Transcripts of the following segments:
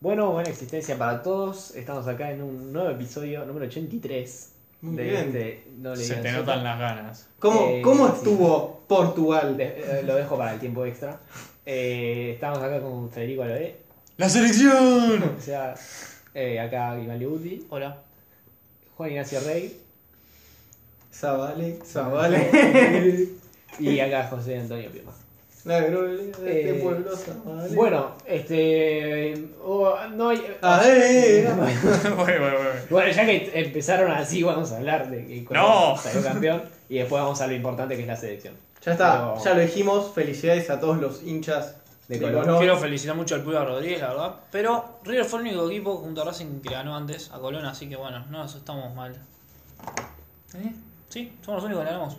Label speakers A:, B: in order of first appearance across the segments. A: Bueno, buena existencia para todos. Estamos acá en un nuevo episodio, número 83.
B: Muy
A: de
B: bien.
A: este No Le
C: Se
A: Digan
C: te
A: Sota.
C: notan las ganas.
B: ¿Cómo,
A: Eh,
B: cómo
A: sí.
B: estuvo Portugal?
A: De- eh, lo dejo para el tiempo extra. Eh, estamos acá con Federico Aloé.
C: ¡La selección!
A: O sea, eh, acá Iván Liuti. Hola. Juan Ignacio Rey.
B: Zavale, Zavale.
A: Y acá José Antonio Pioma.
B: La gloria de este
A: Eh,
B: pueblo, Zavale.
A: Bueno, este. oh, no hay.
B: Ah, eh, eh, eh.
C: Voy, voy, voy.
A: Bueno, ya que empezaron así, vamos a hablar de que
C: No.
A: salió campeón y después vamos a lo importante que es la selección.
B: Ya está,
A: Pero-
B: ya lo dijimos. Felicidades a todos los hinchas
A: De
B: de,
A: Colón.
B: Colón.
D: Quiero felicitar mucho al Pulga Rodríguez, la verdad. Pero River fue el único equipo junto a Racing que ganó antes a Colón, así que bueno, no, eso estamos mal. ¿Eh? Sí, somos los únicos que ganamos.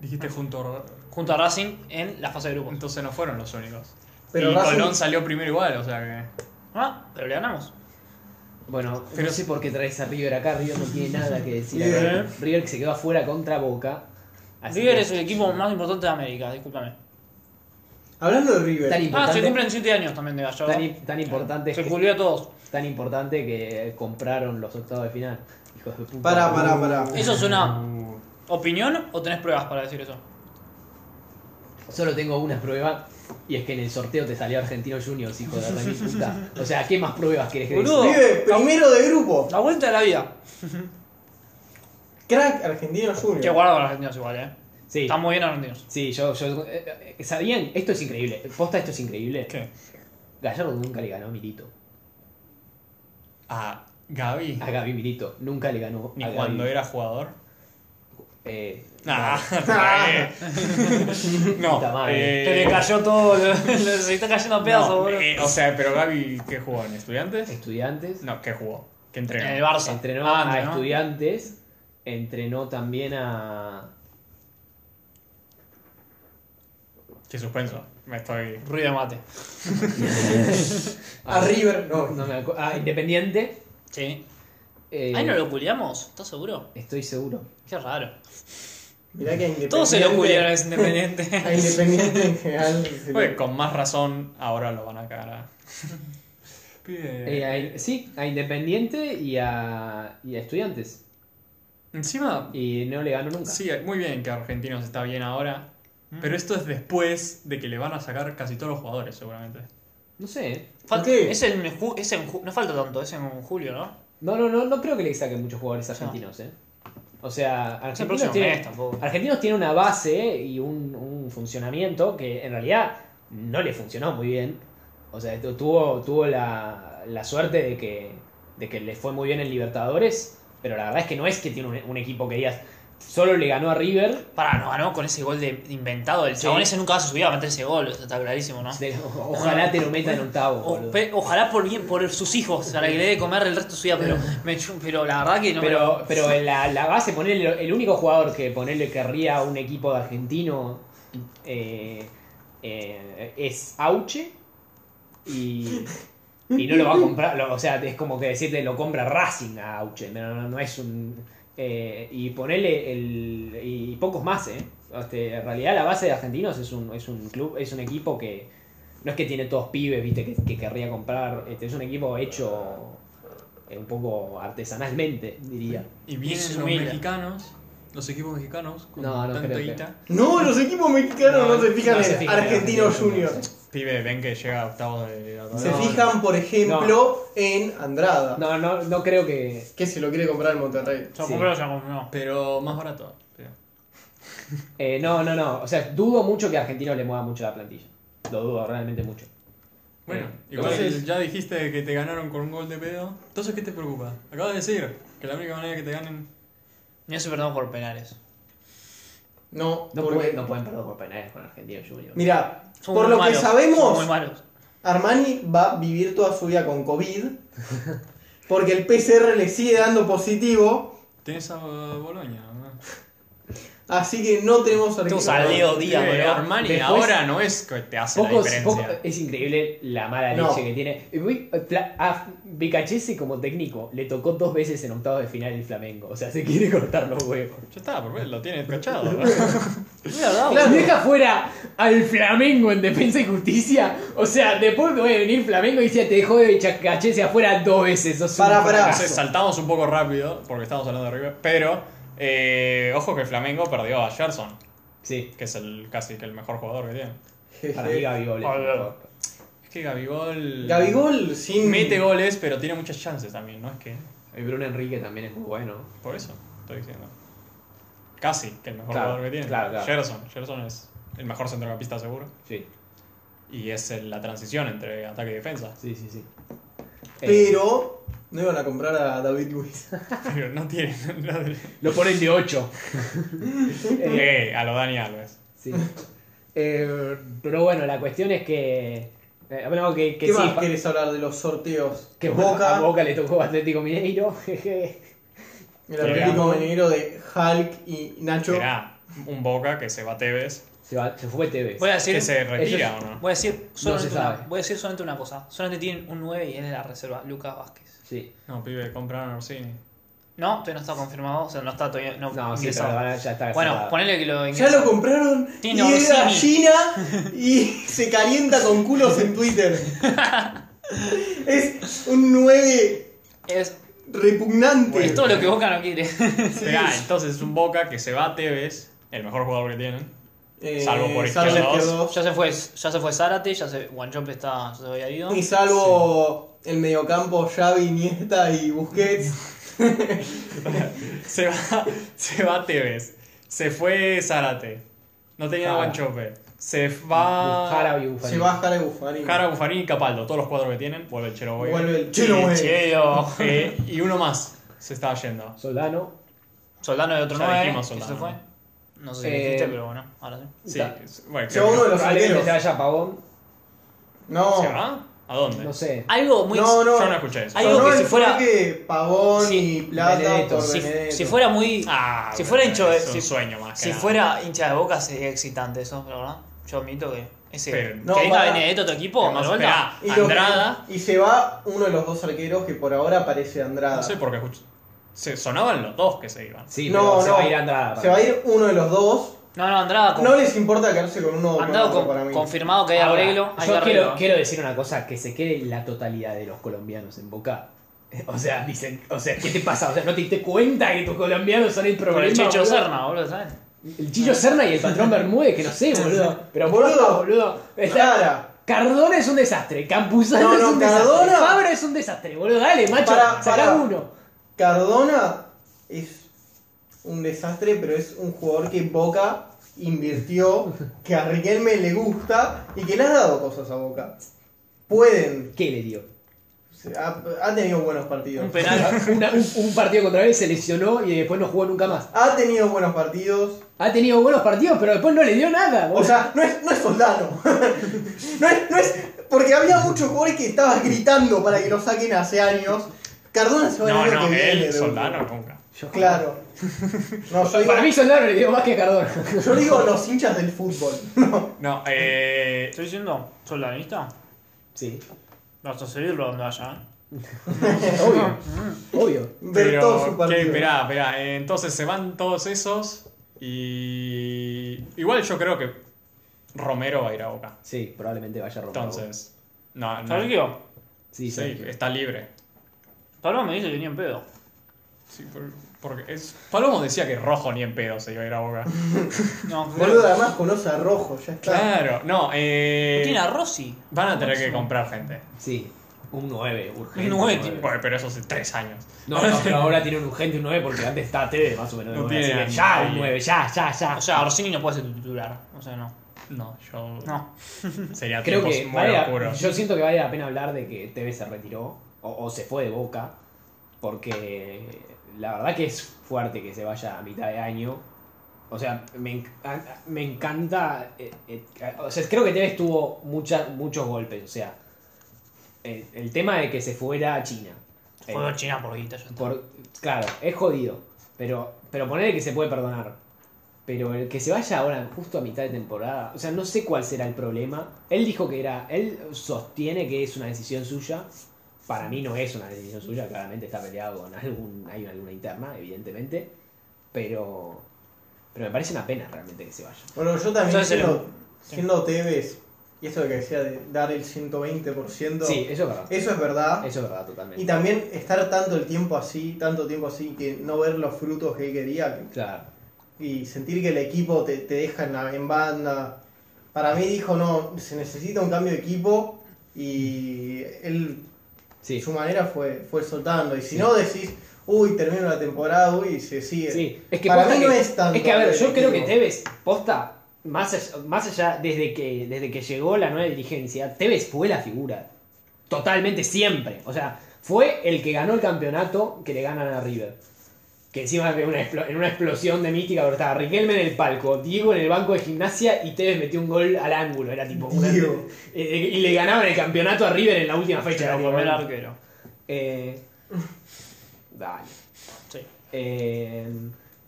C: Dijiste junto.
D: Junto a Racing en la fase de grupos.
C: Entonces no fueron los únicos.
B: Pero
C: y
B: Racing-
C: Colón salió primero igual, o sea que.
D: Ah, pero le ganamos.
A: Bueno,
C: Pero-
A: no sé por qué traes a River acá, River no tiene nada que decir.
B: Bien.
A: acá. River que se quedó afuera contra Boca. Así
D: River
A: que-
D: es el equipo más importante de América, discúlpame.
B: Hablando de River,
A: Tan
D: Ah,
A: importante,
D: se cumplen 7 años también de Gallardo.
A: tan, im- tan importante
D: Se
A: que-
D: cubrió a todos.
A: tan importante que compraron los octavos de final. Hijos de puta.
B: Pará, pará, pará.
D: ¿Eso es una
C: Uh,
D: opinión o tenés pruebas para decir eso?
A: Solo tengo una prueba y es que en el sorteo te salió Argentino Juniors, hijo de remil puta. O sea, ¿qué más pruebas querés que
D: Boludo.
B: River, primero de grupo.
D: La vuelta de la vida.
B: Crack Argentino
D: Que
B: Junior.
D: guardo a los argentinos igual, eh.
A: diga? Sí.
D: Están muy bien argentinos.
A: Sí, yo, yo eh, eh, ¿Sabían? Esto es increíble. Posta, esto es increíble.
C: ¿Qué?
A: Gallardo nunca le ganó a Milito.
C: A Gaby.
A: A Gaby Milito. Nunca le ganó
C: Ni
A: a Gaby.
C: cuando era jugador.
A: Eh,
C: Nah, eh,
A: Puta
C: no.
A: madre.
C: eh,
D: cayó todo. Se está cayendo a pedazos,
C: no,
D: boludo.
C: eh, o sea, pero Gaby, ¿qué jugó? ¿En Estudiantes?
A: estudiantes.
C: No, ¿qué jugó? ¿Qué entrenó?
A: Eh,
D: En el Barça.
A: Entrenó
C: Ah,
A: a
C: entrenó.
A: estudiantes. Entrenó también a.
C: Qué suspenso. Me estoy.
D: Ruido de mate.
B: A River, no.
A: No me acu- a Independiente.
D: Sí.
A: Eh,
D: Ahí no lo culiamos, ¿estás seguro?
A: Estoy seguro.
D: Qué raro.
B: Mirá que a Independiente.
D: Todos se lo culiaron a ese independiente.
B: A Independiente en general. se lo-
C: Oye, con más razón, ahora lo van a cagar. a- Pibe.
A: Eh, a In- sí, a Independiente y a, y a Estudiantes.
C: Encima,
A: Y no le ganó nunca.
C: sí, muy bien que Argentinos está bien ahora. Pero esto es después de que le van a sacar casi todos los jugadores, seguramente.
A: No sé. eh.
D: Falta-
B: ¿Por qué?
D: Es en, ju- es en ju- no falta tanto, es en julio, ¿no?
A: No, no, no, no creo que le saquen muchos jugadores argentinos, ¿eh? O sea,
D: Es
A: argentinos
D: el próximo mes
A: tiene,
D: tampoco.
A: argentinos tiene una base y un, un funcionamiento que en realidad no le funcionó muy bien. O sea, tu- tuvo, tuvo la, la suerte de que, de que le fue muy bien en Libertadores, pero la verdad es que no es que tiene un, un equipo que digas, solo le ganó a River,
D: Pará, no ganó con ese gol de de inventado. El
A: Sí.
D: chabón ese nunca va a subir a meter ese gol, o sea, está clarísimo, ¿no?
A: de- ojalá te lo meta en octavo.
D: Ah. O-
A: boludo.
D: pe- ojalá por bien por sus hijos, para que le dé de comer el resto de su vida, pero, me chu- pero la verdad que no me lo-
A: Eh. Pero, eh, pero en la, la base, ponerle, el único jugador que ponerle querría a un equipo de argentino eh, eh, es Auche. Y, y no lo va a comprar. lo- o sea, es como que decirte lo compra Racing a Auche. No, no, no es un. eh, y ponerle el. Y pocos más, ¿eh? Este, en realidad, la base de argentinos es un, es un club, es un equipo que. No es que tiene todos pibes, viste, que, que querría comprar. Este, es un equipo hecho eh, un poco artesanalmente, diría.
C: Y vienen
D: se
C: los
D: humilla.
C: mexicanos, los equipos mexicanos, con
A: No, no
C: tanta
A: creo que-
C: guita.
B: No, los equipos
A: No,
B: mexicanos no, se fijan
A: no se
B: en
A: fijan en
B: Argentino
A: Argentino
B: Junior.
A: Junior.
C: Pibe, ven que llega a octavos de la
B: Se
A: No,
B: fijan, por ejemplo, en Andrada,
A: No, no, no creo que.
B: que se lo quiere comprar en Monterrey.
D: Se lo
A: sí.
D: compró, se lo compró.
C: Pero más barato. Pero-
A: eh, no, no, no. O sea, dudo mucho que Argentino le mueva mucho la plantilla. Lo dudo realmente mucho.
C: Bueno,
A: Eh,
C: igual
B: entonces-
C: ya dijiste que te ganaron con un gol de pedo. Entonces, ¿qué te preocupa? Acabas de decir que la única manera que te ganen.
D: Ni eso perdón por penales.
B: No,
A: No,
B: porque-
A: pueden, no pueden perder por penales con Argentino Junior.
B: Mirá,
D: Son
B: por
D: muy
B: lo
D: malos,
B: que
D: son muy
B: sabemos,
D: malos.
B: Armani va a vivir toda su vida con COVID, porque el PCR le sigue dando positivo.
C: Tienes a Boloña, ¿no?
B: Así que no tenemos arquero.
D: salió. Díaz,
C: Eh,
D: boludo.
C: Armani
A: Después-
C: ahora no es que te hace
A: Pocos-
C: la
A: poco-
C: diferencia.
A: es increíble la mala
B: No.
A: leche que tiene. Y muy- eh, Fla- A Becachese como técnico le tocó dos veces en octavos de final el Flamengo. O sea, se quiere cortar los huevos.
C: Ya está, por ver, lo tiene cachado.
A: Claro. Deja fuera al Flamengo en Defensa y Justicia. O sea, después puede venir Flamengo y decía, te dejó de Becachese afuera dos veces. sos un
B: Pará, pará.
A: fracaso".
C: Entonces saltamos un poco rápido, porque estamos hablando de River, pero eh, ojo que el Flamengo perdió a Gerson,
A: Sí,
C: que es el casi que el mejor jugador que tiene.
A: para
B: Este,
A: mí Gabigol. es
C: Joder.
A: mejor.
C: Es que Gabigol...
B: Gabigol sin.
C: Mete goles, pero tiene muchas chances también, ¿no? Es que...
A: El Bruno Enrique también es muy bueno.
C: Por eso estoy diciendo. Casi, que el mejor
A: Claro,
C: jugador que tiene.
A: claro, claro.
C: Gerson. Gerson es el mejor centrocampista seguro.
A: Sí,
C: Y es el- la transición entre ataque y defensa.
A: sí, sí. sí. Eh,
B: Pero no iban a comprar a David Luis.
C: Pero no tiene. no tiene-
A: lo ponen de 8.
C: Eh, a lo Dani Alves.
A: Sí. Eh, pero bueno, la cuestión es que. eh, bueno, que, que sí,
B: ¿Qué más
A: pa-
B: querés hablar de los sorteos?
A: que bueno,
B: Boca,
A: a Boca le tocó Atlético Mineiro. jeje.
B: el Atlético
A: Llegamos.
B: Mineiro de Hulk y Nacho.
C: Será un Boca que se va a Tevez.
A: se, va- se fue TV.
D: Voy a
C: Que
D: decir,
C: se retira
A: eso
C: o no.
D: voy a decir, solamente
A: se
D: una,
A: sabe.
D: voy a decir solamente una cosa. Solamente tienen un 9 y es de la reserva, Lucas Vázquez.
A: Sí.
C: No, pibe, compraron a Orsini.
D: No, todavía no está confirmado, o sea, no está todavía no,
A: No, sí,
D: ingresado.
A: pero ahora ya está.
D: bueno,
A: cerrado.
D: ponele que lo
B: Ya
D: ingresó.
B: lo compraron y
D: Tino
B: es
D: Orsini.
B: gallina y se calienta con culos en Twitter. es un 9
D: es,
B: repugnante.
D: es todo lo que Boca no quiere.
C: Esperá, entonces es un Boca que se va a Tevez, el mejor jugador que tienen.
B: Eh,
C: Salvo por
B: salvo
C: izquierdos.
B: izquierdos.
D: ya se fue, ya se fue Zárate, ya se Guanchope está, ya se había ido.
B: Y salvo el mediocampo Xavi, Iniesta y Busquets.
C: Se va, se va Tevez. Se fue Zárate. No tenía
A: Jara.
C: Guanchope. Se va.
A: Bujara y Buffarini.
B: Se va Jara y Buffarini.
C: Jara, Buffarini y Capaldo, todos los cuatro que tienen. Vuelve el Chelo Boy.
B: Vuelve el Chelo Boy.
C: Eh, y uno más se estaba yendo.
A: Soldano.
D: Soldano de otro
C: Ya
D: 9,
C: dijimos
D: que se
C: Soldano,
D: fue.
C: ¿no?
D: No sé si
A: Eh,
D: dijiste, pero bueno, ahora sí.
C: Sí,
A: Ta-
C: es- bueno,
B: Se
C: creo
B: va
C: que
B: uno de los
A: Probablemente se
B: arqueros.
A: vaya Pavón.
B: No,
C: ¿Se va? ¿Ah? ¿A dónde?
A: No sé.
D: Algo muy
B: no, no.
C: Yo no escuché eso.
D: Hay algo
B: Sonó
D: que
B: el
D: si fuera-
B: toque Pavón
D: Sí,
B: y Plata
A: Benedetto.
B: por
D: si,
B: Benedetto.
D: si fuera muy
C: Ah,
D: Si fuera
C: bueno,
D: hincho de-
C: es un
D: si-
C: sueño más que
D: si
C: nada.
D: fuera hincha de Boca sería excitante eso, la verdad. Yo admito que ese
C: Pero-
D: que
B: No,
D: venga
B: para-
D: Benedetto a tu equipo,
C: Además,
D: de vuelta,
C: esperá.
B: Y lo-
C: Andrada.
B: Y se va uno de los dos arqueros que por ahora parece Andrada.
C: No sé por qué escuché. Se sonaban los dos que se iban.
A: Sí,
B: no,
A: pero se
B: no.
A: va a ir Andrada.
B: Se va a ir uno de los dos.
D: No, no, Andrada, con-
B: No les importa quedarse con uno o con
D: Andrada
B: otro
D: con-
B: para mí.
D: confirmado que hay
A: Ahora,
D: arreglo. Hay
A: yo
D: arreglo.
A: quiero, quiero decir una cosa, que se quede la totalidad de los colombianos en Boca. O sea, dicen, o sea, ¿qué te pasa? O sea, ¿no te diste cuenta que tus colombianos son el problema?
D: Con el Chicho
A: boludo?
D: Serna, boludo, ¿sabes?
A: El Chillo Serna y el patrón Bermúdez, que no sé, boludo. Pero boludo,
B: Boludo.
A: boludo. Está-
B: Clara.
A: Cardona es un desastre, Campuzano
B: No,
A: es
B: no,
A: un
B: Cardona.
A: desastre, Fabra es un desastre, boludo. Dale, macho,
B: Pará,
A: sacá
B: pará.
A: uno.
B: Cardona es un desastre, pero es un jugador que Boca invirtió, que a Riquelme le gusta y que le ha dado cosas a Boca. Pueden.
A: ¿Qué le dio?
B: Ha, ha tenido buenos partidos.
D: Un penal.
A: Una- un, un partido contra él se lesionó y después no jugó nunca más.
B: Ha tenido buenos partidos.
A: Ha tenido buenos partidos, pero después no le dio nada, boludo.
B: O sea, no es, no es soldado. no, es, no es. Porque había muchos jugadores que estaban gritando para que lo saquen hace años. Cardona se va a
C: No,
B: ir
C: no,
B: que viene,
C: él,
B: de
C: Soldano,
B: última.
C: nunca.
A: Yo-
B: Claro. No, yo digo,
A: Para mí Soldado le dio más que a Cardona.
B: yo digo los hinchas del fútbol. No.
C: No, eh.
D: Estoy diciendo, soldanista,
A: Sí,
D: vas a seguirlo donde vaya. ¿eh?
A: obvio. obvio.
B: Ver todo su
C: Pero,
B: partido.
C: ¿qué? Esperá, esperá. Eh, Entonces se van todos esos. Y. Igual yo creo que Romero va a ir a Boca.
A: Sí, probablemente vaya a romper.
C: Entonces. No, no.
D: Sergio,
A: Sí,
C: Sí,
A: Sergio.
C: está libre.
D: Paloma me dice que ni en pedo.
C: Sí, por- porque es. Palomo decía que rojo ni en pedo se iba a ir a Boca.
D: No,
B: Boludo, además conoce a Rojo, ya está.
C: Claro, no, eh.
D: tiene a Rossi.
C: Van a tener que comprar gente.
A: Sí, un 9, urgente.
D: Un nueve,
A: un nueve.
C: Bueno, pero eso hace tres años.
A: No, no, pero ahora tiene un urgente un 9 porque antes estaba TV más o menos. de
C: No
A: nueve,
C: tiene
A: así que
C: nada.
A: ya, un 9, ya, ya, ya.
D: O sea, Ah, Rossini no puede ser tu titular. O sea, no.
C: No, yo.
D: No.
C: Sería
A: Creo
C: tiempos
A: que
C: muy
A: vale la-
C: oscuros.
A: yo siento que vale la pena hablar de que TV se retiró o, o se fue de boca porque la verdad que es fuerte que se vaya a mitad de año. O sea, me, enc- me encanta. eh, eh, o sea, creo que Tevez tuvo mucha- muchos golpes. O sea, el, el tema de que se fuera a China. eh,
D: Juego China por guita, ya está.
A: por- claro, es jodido. Pero, pero poner que se puede perdonar. Pero el que se vaya ahora justo a mitad de temporada, o sea, no sé cuál será el problema. Él dijo que era, él sostiene que es una decisión suya. Para mí no es una decisión suya, claramente está peleado con algún, hay alguna interna, evidentemente. Pero, pero me parece una pena realmente que se vaya.
B: Bueno, yo también
D: Entonces,
B: siendo,
D: sí.
B: siendo Tevez, y eso que decía de dar el 120%,
A: Sí, eso es verdad.
B: eso es verdad.
A: Eso es verdad
B: Y
A: totalmente.
B: también estar tanto el tiempo así, tanto tiempo así, que no ver los frutos que él quería, que
A: Claro.
B: y sentir que el equipo te, te deja en, la- en banda. Para mí dijo, no, se necesita un cambio de equipo y él,
A: Sí.
B: su manera fue, fue soltando. Y si
A: Sí.
B: no decís, uy, termino la temporada, uy, y se sigue.
A: Sí, es que
B: Para
A: posta
B: mí
A: que-
B: no es tanto
A: Es que a ver,
B: el
A: yo creo que
B: equipo.
A: Tevez, posta, más allá, más allá desde, que, desde que llegó la nueva dirigencia, Tevez fue la figura. Totalmente siempre. O sea, fue el que ganó el campeonato que le ganan a River. Que encima en una, explo- en una explosión de mística, pero estaba Riquelme en el palco, Diego en el banco de gimnasia y Tevez metió un gol al ángulo. Era tipo. una-
B: Diego.
A: Eh, eh, y le ganaban el campeonato a River en la última fecha.
D: Pero
A: Era
D: con
A: tipo,
D: el arquero.
A: eh, dale.
D: Sí.
A: Eh,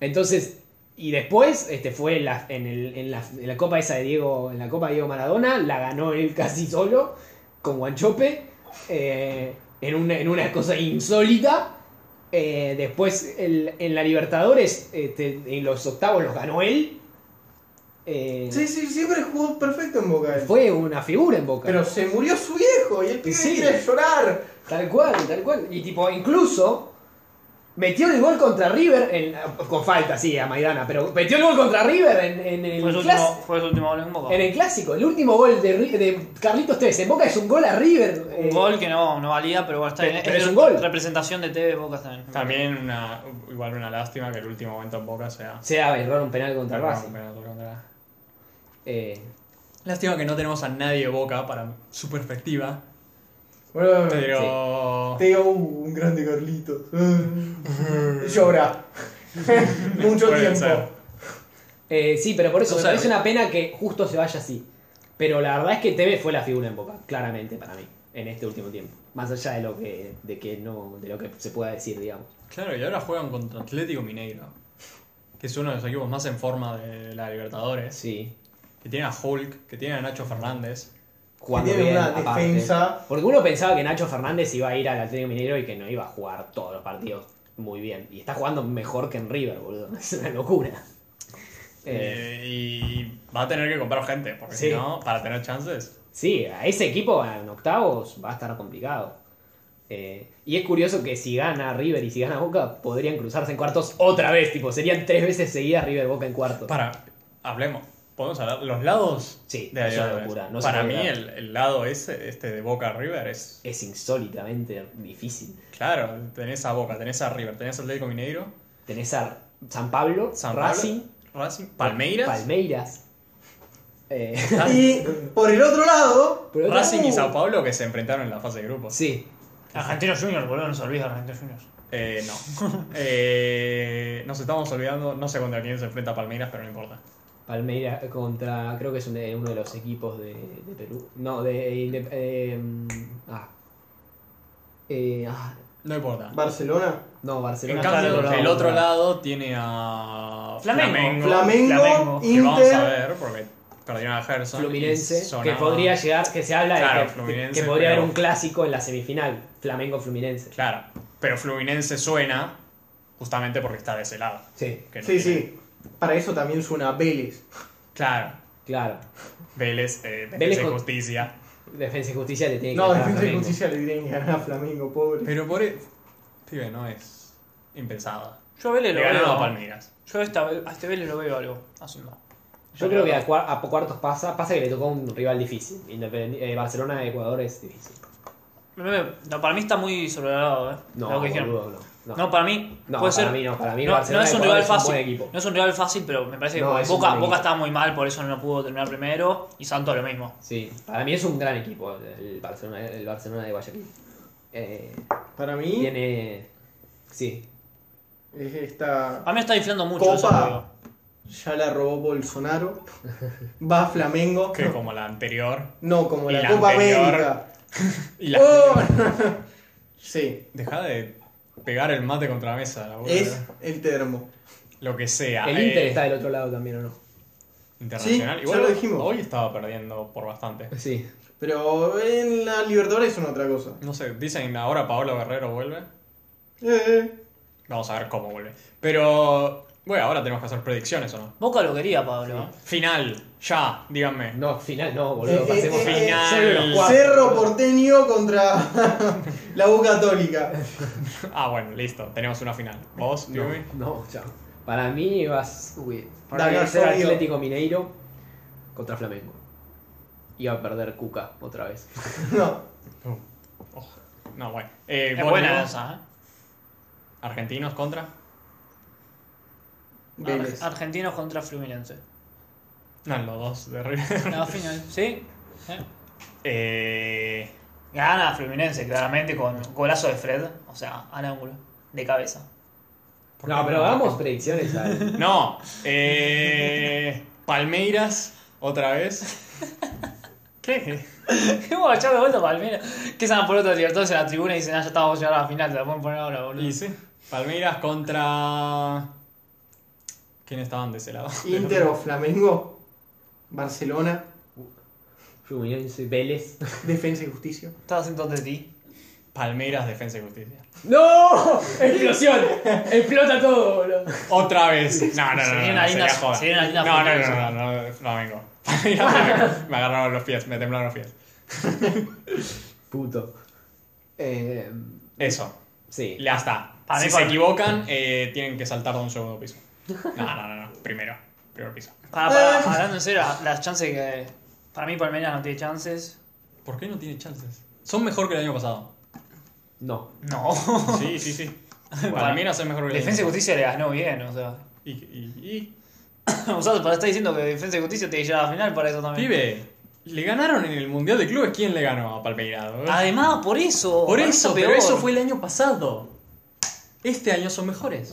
A: entonces, y después este fue en la, en, el- en la, en la copa esa de Diego, en la copa de Diego Maradona, la ganó él casi solo, con Guanchope, eh, en, una, en una cosa insólita. Eh, después el- en la Libertadores, este, en los octavos los ganó él. Eh,
B: Sí, sí, siempre jugó perfecto en Boca. él.
A: Fue una figura en Boca.
B: Pero se murió su viejo y el pibe
A: Sí.
B: quiere llorar.
A: Tal cual, tal cual. Y tipo, incluso metió el gol contra River, en- con falta, sí, a Maidana, pero metió el gol contra River en, en el
D: Fue su,
A: clas-
D: último, fue su último gol en Boca.
A: en el clásico. El último gol de, Ri- de Carlitos Tevez en Boca es un gol a River. eh,
D: Un gol que no, no valía, pero bueno, está bien.
A: Pero es un gol.
D: Representación de TV Boca también.
C: También una, igual una lástima que el último momento en Boca sea...
A: Sea errar un penal contra Racing.
C: Contra-
A: Eh,
C: Lástima que no tenemos a nadie de Boca para su perspectiva,
B: Bueno,
C: pero...
B: te digo, "Uh, un grande Carlitos. Y Llora. Mucho
C: Puede
B: tiempo.
C: ser.
A: eh, sí, pero por eso
C: O
A: me
C: sea-
A: parece una pena que justo se vaya así. Pero la verdad es que Tevez fue la figura en Boca, claramente para mí, en este último tiempo. Más allá de lo que, de que no, de lo que se pueda decir, digamos.
C: Claro, y ahora juegan contra Atlético Mineiro, que es uno de los equipos más en forma de la Libertadores,
A: Sí.
C: que tiene a Hulk, que tiene a Nacho Fernández.
A: jugando
B: Tiene
A: bien,
B: una
A: aparte.
B: defensa.
A: Porque uno pensaba que Nacho Fernández iba a ir al Atlético Minero y que no iba a jugar todos los partidos muy bien. Y está jugando mejor que en River, boludo. Es una locura. Eh,
C: Eh, y va a tener que comprar gente, porque
A: Sí.
C: si no, para tener chances.
A: sí, a ese equipo en octavos va a estar complicado. Eh, y es curioso que si gana River y si gana Boca, podrían cruzarse en cuartos otra vez. Tipo, serían tres veces seguidas River Boca en cuartos.
C: Para, hablemos. Podemos hablar. Los lados
A: Sí,
C: de la
A: es una
C: Libertadores.
A: locura, no se
C: Para
A: puede
C: mí,
A: hablar.
C: el, el lado ese, este de Boca River, es.
A: Es insólitamente difícil.
C: Claro, tenés a Boca, tenés a River, tenés a Atlético Mineiro,
A: Tenés a San Pablo,
C: San Pablo,
A: Racing,
C: Racing, Palmeiras,
A: Palmeiras. Eh,
B: Y por el otro lado,
A: por otro
C: Racing y
A: lado-
C: Sao Paulo que se enfrentaron en la fase de grupos.
A: Sí,
D: Argentinos Juniors, boludo, no se olvida Argentinos Juniors.
C: Eh, no. Eh, nos estamos olvidando, no sé contra quién se enfrenta Palmeiras, pero no importa.
A: Palmeiras eh, contra, creo que es un- eh, uno de los equipos de, de Perú. No, de... de- eh, ah. Eh, ah,
C: No importa.
B: Barcelona.
A: no,
C: En
A: Barcelona.
C: cambio,
D: Está del otro
C: el
D: lado.
C: otro lado tiene a
D: Flamengo.
B: Flamengo,
D: Flamengo,
C: Que vamos a
B: Inter.
C: ver, porque perdieron a Gerson. y
A: Fluminense, que
C: sonaba-
A: podría llegar, que se habla de
C: Claro,
A: que- que,
C: Fluminense,
A: podría
C: pero-
A: haber un clásico en la semifinal, Flamengo-Fluminense.
C: Claro, pero Fluminense suena justamente porque está de ese lado.
A: Sí,
C: que no
B: Sí,
C: tiene-
B: sí. Para eso también suena Vélez.
C: Claro,
A: claro.
C: Vélez, eh, Defensa
A: Vélez
C: y
A: con-
C: Justicia.
A: Defensa y Justicia le tiene que
B: No,
A: ganar a
B: Defensa y
A: Flamengo.
B: Justicia le tienen que ganar a Flamengo, pobre.
C: Pero por e- Pibe, no es impensado.
D: Yo a Vélez
C: Le
D: lo
C: ganaron
D: veo.
C: a Palmeiras.
D: Yo esta- a este Vélez lo veo algo haciendo.
A: Yo creo que a, cua- a cuartos pasa, pasa que le tocó un rival difícil. Independi- eh, Barcelona-Ecuador es difícil.
D: No, no, para mí está muy sobrevalorado, eh.
A: No,
D: lo que dijeron.
A: boludo, no, no.
D: no. para mí.
A: No,
D: puede
A: para
D: ser,
A: mí no, para mí
D: no,
A: Barcelona
D: no es un
A: Ecuador
D: rival
A: es un
D: fácil.
A: buen equipo.
D: No es un rival fácil, pero me parece que
A: No, es un
D: Boca,
A: buen
D: Boca
A: equipo.
D: estaba muy mal, por eso no lo pudo terminar primero. Y Santos lo mismo.
A: Sí, para mí es un gran equipo el Barcelona, el Barcelona de Guayaquil. Eh,
B: Para mí,
A: tiene. Sí,
B: es esta
D: A mí me está inflando mucho eso. lo digo.
B: copa ya la robó Bolsonaro. Va a Flamengo.
C: Que como la anterior.
B: No, como
C: Y
B: la,
C: la
B: Copa
C: anterior.
B: América.
C: Y la...
B: Oh. sí,
C: Deja de pegar el mate contra la mesa, la boluda.
B: es el termo.
C: Lo que sea.
A: El
C: eh,
A: Inter está del otro lado también, ¿o no?
C: Internacional.
B: Sí,
C: Igual
B: ya lo dijimos.
C: hoy estaba perdiendo por bastante.
A: Sí.
B: Pero en la Libertadores son otra cosa.
C: No sé, dicen ahora Paolo Guerrero vuelve.
B: Eh,
C: Vamos a ver cómo vuelve. Pero, bueno, ahora tenemos que hacer predicciones o no.
D: Boca lo quería, Pablo.
C: Final, ya, díganme.
A: No, final no,
B: Eh,
A: boludo.
B: eh,
A: Pasemos
B: eh,
A: final. Solo los cuatro,
B: Cerro
A: boludo.
B: Porteño contra la U Católica.
C: Ah, bueno, listo, tenemos una final. ¿Vos,
A: No,
C: Diumi?
A: no, chao. Para mí vas. Uy, para
B: Dale,
A: mí va a ser
B: Fabio.
A: Atlético Mineiro contra Flamengo. Y va a perder Cuca otra vez.
B: No.
C: Uh, oh, No, bueno. Eh,
D: Es
C: vos,
D: buena
C: Leo,
D: esa, ¿eh?
C: Argentinos contra.
B: Vélez.
C: ah.
D: Ar- Argentinos contra Fluminense.
C: No, los dos de River.
D: La final, ¿sí? ¿Eh?
C: Eh,
D: Gana Fluminense, claramente, con golazo de Fred. O sea, al ángulo. De cabeza.
C: ¿por qué
A: No, pero hagamos predicciones al-
C: No, eh, Palmeiras otra vez. ¿Qué?
D: Vamos a echar de vuelta Palmeiras. Que se van por otro Libertadores en la tribuna y dicen, ah, ya estábamos llegando a la final, te la pueden poner ahora, boludo.
C: Y sí, Palmeiras contra. ¿Quién estaban de ese lado?
B: Inter o Flamengo. Barcelona.
A: Fluminense, Vélez.
B: Defensa y Justicia.
D: Estaba haciendo de ti.
C: Palmeiras, Defensa y Justicia.
A: ¡No! ¡Explosión! ¡Explota todo, boludo!
C: Otra vez. No, no, no.
D: Sería
C: no,
D: una
C: no,
D: linda-
C: sería joda.
D: sería una linda
C: no, no,
D: final
C: no, no, no, no, no vengo. Palmeiras, Flamengo. me agarraron los pies, me temblaron los pies.
A: Puto. Eh,
C: Eso,
A: sí.
C: ya está.
D: Para
C: si
D: mí,
C: se
D: para-
C: equivocan, eh, tienen que saltar de un segundo piso. No, no, no, no. Primero. Primer piso.
D: Para,
C: Eh.
D: para, hablando en serio, las chances que. Para mí, Palmeiras no tiene chances.
C: ¿Por qué no tiene chances? Son mejor que el año pasado.
A: No.
D: No.
C: Sí, sí, sí. Palmeiras es mejor que el año
D: Defensa y
C: pasado.
D: Justicia le ganó bien, o sea.
C: Y, y,
D: Vosotros para estar diciendo que Defensa y Justicia te lleva a la final para eso
C: y-
D: también.
C: pibe, le ganaron en el Mundial de Clubes. ¿Quién le ganó a Palmeiras?
D: Además, por eso.
C: Por
D: para mí
C: eso,
D: está
C: pero
D: peor.
C: eso fue el año pasado. Este año son mejores.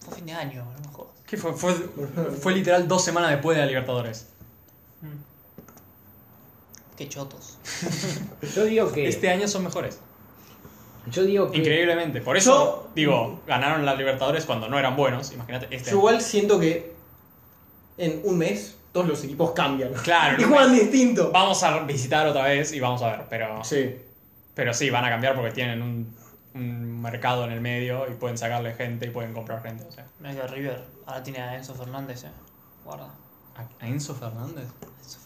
D: Fue fin de año, no me jodas.
C: ¿Qué fue? Fue, fue literal dos semanas después de la Libertadores.
D: Qué chotos.
A: Yo digo que.
C: Este año son mejores.
A: Yo digo que.
C: Increíblemente. Por eso, digo, ganaron la Libertadores cuando no eran buenos. Imagínate este
B: Yo
C: año.
B: igual siento que en un mes todos los equipos cambian.
C: Claro,
B: Y
C: en un
B: juegan distinto.
C: Vamos a visitar otra vez y vamos a ver. Pero
B: Sí.
C: Pero sí, van a cambiar porque tienen un, un mercado en el medio y pueden sacarle gente y pueden comprar gente. O sea.
D: Mira que River ahora tiene a Enzo Fernández, eh. Guarda.
C: ¿A Enzo Fernández?
D: Enzo Fernández.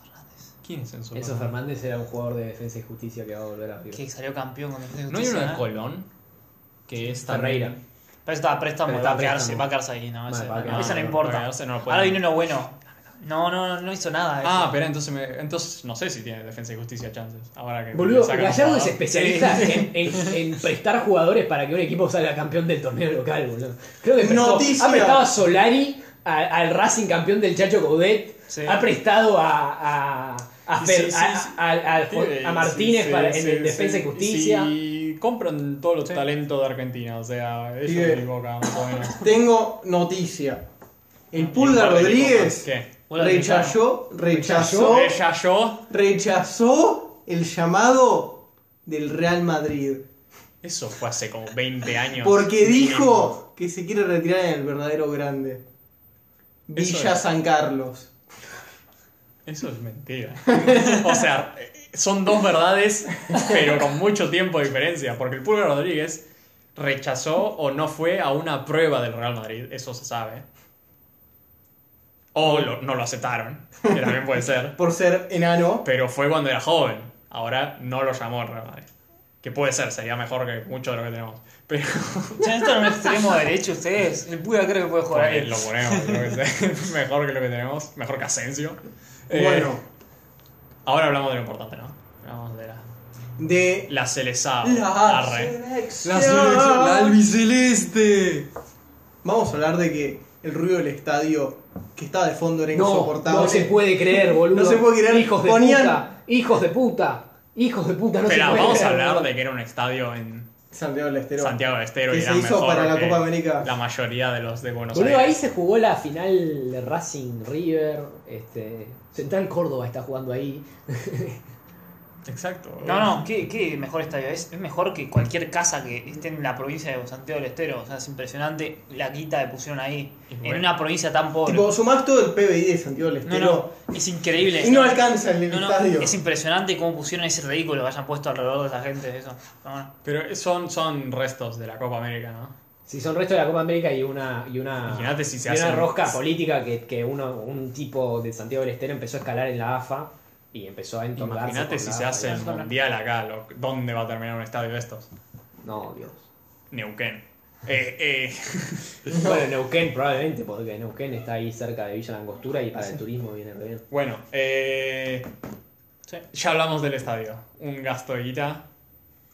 C: ¿Quién es Enzo,
A: Enzo Fernández era un jugador de defensa y justicia que va a volver a River.
D: Que salió campeón con Defensa y
C: ¿No hay
D: Justicia.
C: uno de
D: eh.
C: Colón? Que es
A: Ferreira.
C: también-
D: Pero está a préstamo,
A: Pero
D: va, a
A: está a
D: quedarse,
A: préstamo.
D: va a quedarse ahí, no,
A: Vale,
D: ese,
A: va a
D: no,
A: quedar-
D: ese no
A: no,
C: va a
D: importa.
C: quedarse, no lo pueden-
D: Ahora viene uno bueno. No, no, no hizo nada. eh. ese.
C: Ah, pero entonces, me- entonces no sé si tiene defensa y justicia chances. Ahora que
A: Boludo,
C: le sacan un
A: Gallardo es
C: jugador.
A: especialista en, en- en prestar jugadores para que un equipo salga campeón del torneo local, boludo. Creo que prestó-
B: Noticia.
A: ha prestado a Solari, a- al Racing campeón del Chacho Coudet,
D: Sí.
A: ha prestado a, a, a,
C: Y
A: Fer-
C: sí, sí,
A: a-
C: sí.
A: a- a- a-
C: Sí,
A: a Martínez
C: sí,
A: para,
C: sí,
A: en,
C: sí,
A: en Defensa y
C: sí.
A: Justicia.
C: Sí, compran todos los
A: Sí.
C: talentos de Argentina. O sea, ellos
B: Pibe.
C: y Boca, más o menos.
B: Tengo noticia. El
C: Y
B: Pulga
C: un par de
B: Rodríguez
C: equipos más.
D: Hola, Luciano.
B: rechazó, rechazó,
C: ¿Qué? Ella, yo.
B: rechazó el llamado del Real Madrid.
C: Eso fue hace como 20 años.
B: Porque dijo que se quiere retirar en el verdadero grande.
C: Eso
B: Villa
C: es.
B: San Carlos.
C: Eso es mentira. o sea, son dos verdades, pero con mucho tiempo de diferencia. Porque el Pulga Rodríguez rechazó o no fue a una prueba del Real Madrid, eso se sabe. O lo- no lo aceptaron, que también puede ser.
B: Por ser enano.
C: Pero fue cuando era joven. Ahora no lo llamó el Real Madrid. Que puede ser, sería mejor que mucho de lo que tenemos. Pero
D: Ya están en un extremo derecho ustedes. El Puga creo que puede jugar ahí.
C: lo ponemos, yo qué sé. mejor que lo que tenemos, mejor que Asensio. Eh,
B: Bueno,
C: Ahora hablamos de lo importante, ¿no? Hablamos de la,
B: de
C: la Celesao.
B: la
C: Arre.
B: selección.
C: albiceleste.
B: Vamos a hablar de que el ruido del estadio que estaba de fondo era
A: No,
B: insoportable.
A: no se puede creer, boludo.
B: No se puede creer.
A: Hijos de
B: Ponían-
A: puta. Hijos de puta. Hijos de puta, no
C: Espera,
A: se puede
C: vamos a
A: creer,
C: hablar
A: boludo.
C: de que era un estadio en
B: Santiago del Estero.
C: Santiago del Estero
B: que
C: y
B: se
C: era
B: hizo
C: mejor
B: para la
C: que
B: Copa América.
C: La mayoría de los de Buenos
A: Boludo, ahí
C: Aires.
A: se jugó la final de Racing River. Este, Central Córdoba está jugando ahí.
C: Exacto.
D: No, no, qué, qué mejor estadio. Es, es mejor que cualquier casa que esté en la provincia de Santiago del Estero. O sea, es impresionante la guita que pusieron ahí.
C: Y
D: En
C: bueno.
D: una provincia tan pobre.
B: Tipo, sumás todo el PBI de Santiago del
D: no,
B: Estero
D: no, es increíble.
B: y no alcanza el
D: No, no,
B: estadio.
D: es impresionante cómo pusieron ese ridículo que hayan puesto alrededor de esa gente. Eso. Pero bueno.
C: Pero son, son restos de la Copa América, ¿no?
A: Si son resto de la Copa América y una y una,
C: Imagínate si se
A: y una
C: hacen-
A: rosca política que, que uno, un tipo de Santiago del Estero empezó a escalar en la AFA y empezó a entornarse.
C: Imagínate
A: con
C: si
A: la
C: se
A: AFA.
C: hace el mundial acá, lo- ¿dónde va a terminar un estadio de estos?
A: No, Dios.
C: Neuquén. Eh, eh.
A: Bueno, Neuquén probablemente, porque Neuquén está ahí cerca de Villa Langostura y para el turismo viene re bien.
C: Bueno, eh,
D: Sí.
C: ya hablamos del estadio. Un gasto de guita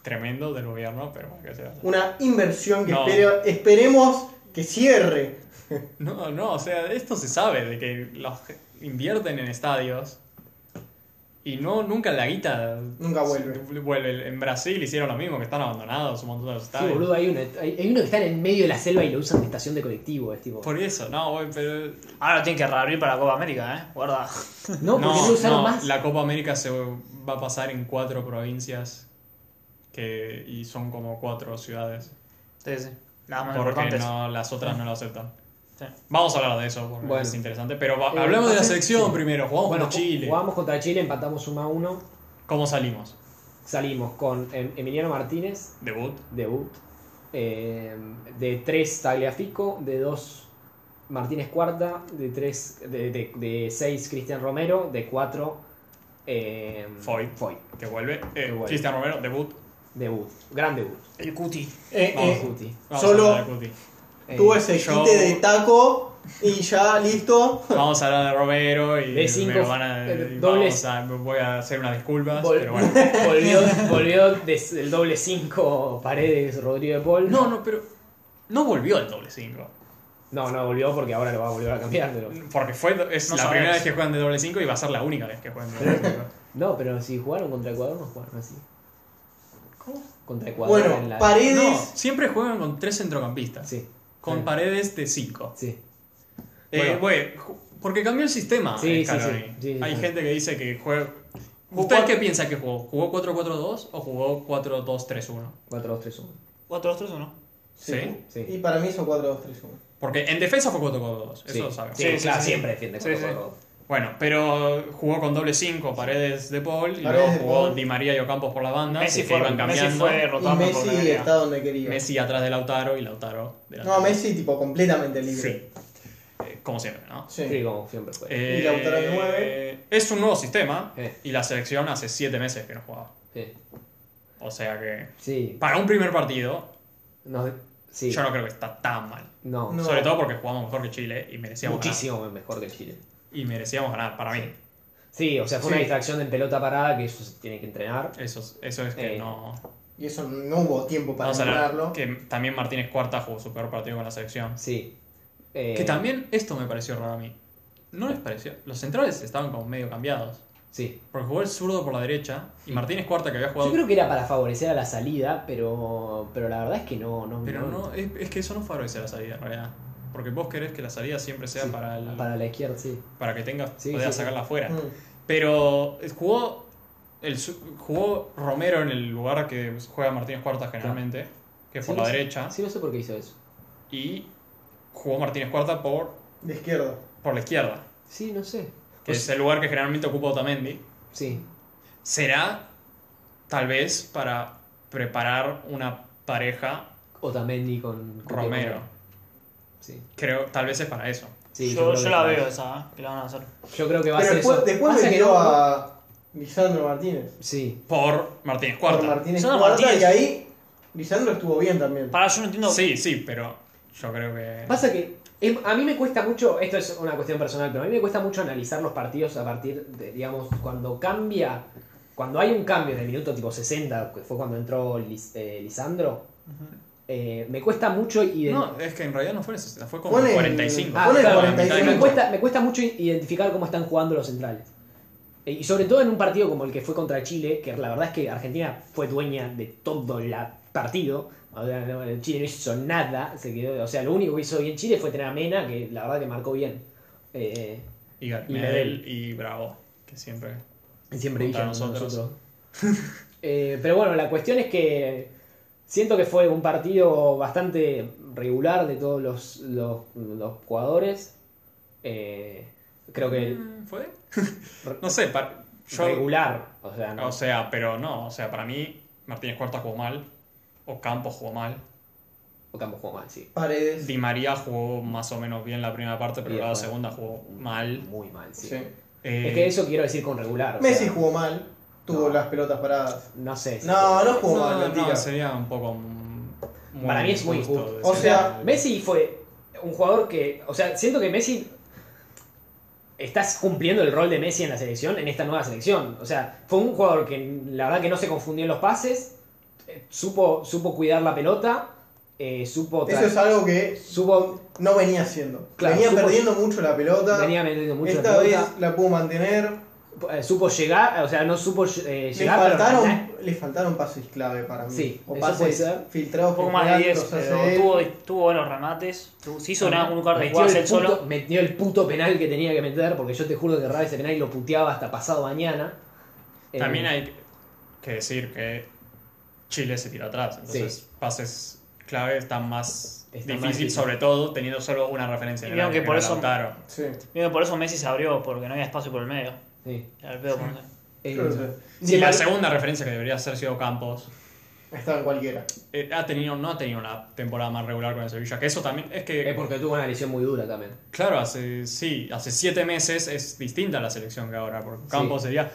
C: tremendo del gobierno, pero bueno, ¿qué se va a hacer?
B: Una inversión que
C: No.
B: espero- esperemos que cierre.
C: No, no, o sea, esto se sabe, de que los que invierten en estadios y no nunca la guita
B: Nunca vuelve.
C: se- vuelve. En Brasil hicieron lo mismo, que están abandonados un montón de los
A: Sí,
C: estadios.
A: boludo, hay uno, hay, hay uno que está en el medio de la selva y lo usan de estación de colectivo, es tipo.
C: Por eso, no, güey, pero
D: Ahora lo tienen que reabrir para la Copa América, ¿eh? Guarda.
A: No, porque no, lo usaron
C: no,
A: más.
C: La Copa América se va a pasar en cuatro provincias que, y son como cuatro ciudades.
D: Sí, sí. Nada
B: Ah,
D: más
C: Porque
D: importante.
C: no, las otras no lo aceptan.
D: Sí.
C: Vamos a hablar de eso porque
A: Bueno.
C: es interesante. Pero va-
A: Eh,
C: hablemos de la
A: entonces,
C: selección
A: sí.
C: primero. Jugamos
A: Bueno,
C: con Chile.
A: Jugamos contra Chile, empatamos 1 a 1.
C: ¿Cómo salimos?
A: Salimos con Em- Emiliano Martínez,
C: Debut.
A: debut. eh, de 3 Tagliafico, de 2 Martínez Cuarta, de 3 de, de, 6 Cristian Romero, de 4 eh,
C: Foy. Que vuelve. Eh,
A: Que vuelve.
C: Cristian Romero, debut.
A: Debut, gran debut.
D: El cuti.
B: Eh,
C: Vamos,
B: eh,
A: Cuti.
C: Vamos
B: Solo-
C: a hablar de Cuti.
A: Eh,
B: tuvo ese
C: yo-
B: quite de taco y ya listo.
C: Vamos a hablar de Romero y
A: De cinco-
C: me van a-
A: eh,
C: y
A: dobles.
C: vamos a- voy a hacer unas disculpas.
A: vol-
C: pero bueno.
A: volvió, volvió des- el doble 5 paredes Rodrigo de Paul.
C: No, no, pero no volvió el doble 5.
A: No, no volvió porque ahora lo va a volver a cambiar. Pero...
C: Porque fue, es
D: No
C: la
D: sabemos.
C: primera vez que juegan de doble 5 y va a ser la única vez que juegan de doble 5.
A: No, pero si jugaron contra Ecuador, no jugaron así.
C: ¿Cómo?
A: Contra Ecuador. en
B: Bueno,
A: la...
C: No,
B: paredes.
C: siempre juegan con tres centrocampistas.
A: Sí,
C: Con
A: Sí.
C: paredes de 5.
A: sí.
C: Eh, güey, ju- porque cambió el sistema. eh,
A: Sí,
C: Scaloni.
A: sí, sí. Sí, sí,
C: Hay
A: sí.
C: gente que dice que juega.
B: Jugó
C: ¿Usted qué
B: cuatro-
C: piensa que jugó? ¿Jugó 4-4-2 o jugó 4-2-3-1?
A: 4, 2, 3, 1.
D: 4 2 3 o no?
C: Sí.
A: Sí.
B: Y para mí son 4, 2, 3, 1.
C: Porque en defensa fue 4-4-2, eso
A: sí.
C: lo sabemos.
A: Sí,
D: Sí, sí,
A: claro,
D: sí.
A: siempre defiende
D: Sí,
A: contra
D: sí.
A: Ecuador.
C: Bueno, pero jugó con doble 5, paredes de Paul, y
B: Paredes
C: luego
B: de
C: jugó
B: Paul.
C: Di María y Ocampos por la banda,
D: Messi
C: que
D: fue-
C: iban
D: Messi
C: cambiando.
D: fue
B: Y
D: rotando por
B: Messi
D: media.
B: está donde quería.
C: Messi atrás de Lautaro y Lautaro delante.
B: No, Messi tipo completamente libre.
C: Sí. Eh, como siempre, ¿no?
B: Sí.
A: Sí, como siempre fue.
C: Eh,
B: Lautaro de nueve.
C: Es un nuevo sistema
A: Eh.
C: y la selección hace 7 meses que no jugaba.
A: Sí.
C: O sea que
A: Sí.
C: para un primer partido
A: No, sí.
C: yo no creo que está tan mal.
A: No,
B: No.
C: Sobre todo porque jugamos mejor que Chile y merecíamos
A: muchísimo mejor que Chile.
C: ganar. Y merecíamos ganar, para mí.
A: Sí, o sea, fue una
B: Sí.
A: distracción en pelota parada que eso se tiene que entrenar.
C: Eso, es- eso es que
A: Eh,
C: no...
B: Y eso no hubo tiempo para
C: vamos a hablar
B: ganarlo.
C: que también Martínez Cuarta jugó su peor partido con la selección.
A: Sí. Eh,
C: Que también esto me pareció raro a mí. ¿No les pareció? Los centrales estaban como medio cambiados.
A: Sí.
C: Porque jugó el zurdo por la derecha y Martínez Cuarta que había
A: Yo
C: jugado...
A: creo que era para favorecer a la salida, pero, pero la verdad es que no. no
C: Pero no, es, es que eso no favorece a la salida en realidad. Porque vos querés que la salida siempre sea
A: Sí,
C: para, el-
A: Para la izquierda, sí.
C: para que tengas
A: Sí,
C: puedas
A: sí, sí.
C: sacarla afuera.
B: Mm.
C: Pero eh, jugó, el, su- jugó Romero en el lugar que juega Martínez Cuarta generalmente, que es
A: Sí,
C: por
A: no
C: la
A: sé-
C: derecha,
A: Sí, no sé por qué hizo eso.
C: y jugó Martínez Cuarta por,
B: De izquierda.
C: por la izquierda,
A: Sí, no sé.
C: que es el lugar que generalmente ocupa Otamendi.
A: Sí.
C: Será tal vez para preparar una pareja
A: Otamendi con. con
C: Romero.
A: Sí.
C: Creo, tal vez es para eso.
A: sí
D: yo
A: creo
D: yo
A: que
D: la
A: va a
D: veo
A: ser-
D: esa, ¿eh? Que la van a hacer.
A: Yo creo que va a
B: Pero
A: ser
B: después,
A: eso.
B: después
A: Pasa que
B: vendió
A: no-
B: a Lisandro Martínez.
A: Sí.
C: Por Martínez
B: Por
C: Cuarta.
B: Martínez
D: Lisandro
B: Cuarta,
D: Martínez.
B: Y ahí Lisandro estuvo bien también.
D: Para, yo no entiendo.
C: Sí, sí, pero yo creo que...
A: Pasa que em, a mí me cuesta mucho, esto es una cuestión personal, pero a mí me cuesta mucho analizar los partidos a partir de, digamos, cuando cambia, cuando hay un cambio en el minuto tipo 60, que fue cuando entró Lis- eh, Lisandro, eh, me cuesta mucho y
C: No, es que en realidad no fue eso, fue como
B: Pon el-
C: 45.
B: Ah, pon el
C: Fue la mitad de
B: 45.
C: cancha.
A: me, cuesta, me cuesta mucho identificar cómo están jugando los centrales. Eh, Y sobre todo en un partido como el que fue contra Chile, que la verdad es que Argentina fue dueña de todo el partido. O sea, no, el Chile no hizo nada. Se quedó, o sea, lo único que hizo bien Chile fue tener a Mena, que la verdad que marcó bien. Eh,
C: Y Medel y Bravo, que siempre.
A: siempre
C: Contra
A: Villa con
C: nosotros.
A: nosotros. Eh, pero bueno, la cuestión es que siento que fue un partido bastante regular de todos los, los, los jugadores. Eh, creo que
C: Mm, ¿Fue? No sé, pa- yo,
A: regular. O sea, no.
C: o sea, pero no, o sea, para mí Martínez Cuarta jugó mal, Ocampo jugó mal,
A: Ocampo jugó mal, sí.
B: Paredes.
C: Di María jugó más o menos bien la primera parte, pero
A: Bien,
C: la
A: bueno.
C: segunda jugó mal.
A: Muy mal, sí.
B: Sí.
C: Eh,
A: Es que eso quiero decir con regular. o
B: Messi
A: sea,
B: jugó mal. Tuvo
A: No.
B: las pelotas paradas.
A: No sé. si
B: No, no jugó
C: no,
B: mal,
C: no,
B: mentira.
C: sería un poco... mm, muy
A: Para mí es muy injusto.
C: decir-
B: O sea,
A: Messi fue un jugador que. O sea, siento que Messi. Estás cumpliendo el rol de Messi en la selección, en esta nueva selección. O sea, fue un jugador que la verdad que no se confundió en los pases, eh, supo, supo cuidar la pelota, eh, supo. tra-
B: Eso es algo que
A: supo
B: no venía haciendo.
A: Claro,
B: venía
A: supo-
B: perdiendo mucho la pelota.
A: venía metiendo mucho
B: Esta
A: la
B: vez
A: pelota,
B: la pudo mantener.
A: eh, supo llegar, o sea, no supo eh,
B: Le
A: llegar. pero ganar.
B: faltaron, le faltaron pases clave para mí.
A: Sí,
B: o
A: eso puede
B: pases
A: ser.
B: filtrados
D: Un poco
B: que
D: más de eh,
B: Julián
D: 10,
B: los hace
D: pero
B: él.
D: tuvo, tuvo buenos remates. tu- Se
C: Ah,
D: hizo una, un par de
A: metió,
D: jugadas
A: el
D: él
A: puto,
D: solo.
A: metió el puto penal que tenía que meter, porque yo te juro que Rara ese penal y lo puteaba hasta pasado mañana. Eh,
C: También hay que decir que Chile se tira atrás, entonces pases clave están más
A: Está más
C: difícil,
A: difícil.
C: sobre todo teniendo solo una referencia.
D: Y
C: en el
D: creo
C: área,
D: que por
C: era
D: eso-
C: Lautaro.
B: Sí.
D: Mira, por eso Messi se abrió, porque no había espacio por el medio.
A: sí.
D: Era el pedo por el medio.
A: Eh,
B: Creo que sí.
A: sí,
C: Y la
A: la-
C: segunda referencia que debería ser sido Campos.
B: Estaba en cualquiera.
C: eh, ha tenido, no ha tenido una temporada más regular con el Sevilla, que eso también es que,
A: Es porque tuvo una lesión muy dura también.
C: claro, hace, sí, hace siete meses es distinta la selección que ahora, porque Campos sería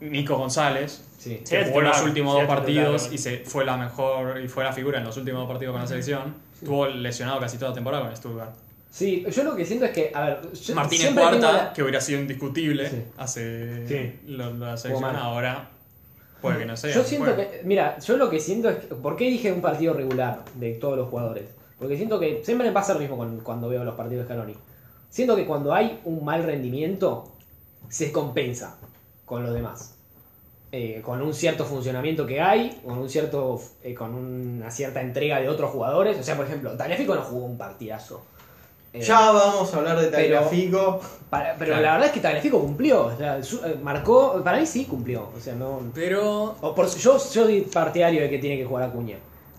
C: Nico González,
A: Sí.
D: Sí,
C: que
D: el
C: jugó los
D: titular,
C: últimos
D: sí,
C: dos
D: el
C: partidos
D: titular.
C: y se fue la mejor y fue la figura en los últimos dos partidos con la selección. Estuvo lesionado casi toda la temporada con Stuttgart.
A: Sí, yo lo que siento es que, a ver, yo
C: Martínez
A: siempre
C: Cuarta,
A: tengo la-
C: que hubiera sido indiscutible
A: Sí.
C: hace
A: Sí.
C: lo- la selección,
A: mal.
C: ahora puede que no sea.
A: yo siento
C: bueno.
A: que, mira, yo lo que siento es que, ¿por qué dije un partido regular de todos los jugadores? Porque siento que siempre me pasa lo mismo con- cuando veo los partidos de Scaloni. Siento que cuando hay un mal rendimiento, se compensa con los demás. Eh, con un cierto funcionamiento que hay, con un cierto eh, con una cierta entrega de otros jugadores. O sea, por ejemplo, Tagliafico no jugó un partidazo. Eh,
B: Ya vamos a hablar de
A: pero-
B: Tagliafico.
A: Para- pero
C: Claro.
A: la verdad es que Tagliafico cumplió, o sea, su- eh, marcó, para mí sí cumplió, o sea, no...
C: Pero
A: O por, yo soy partidario de que tiene que jugar Acuña,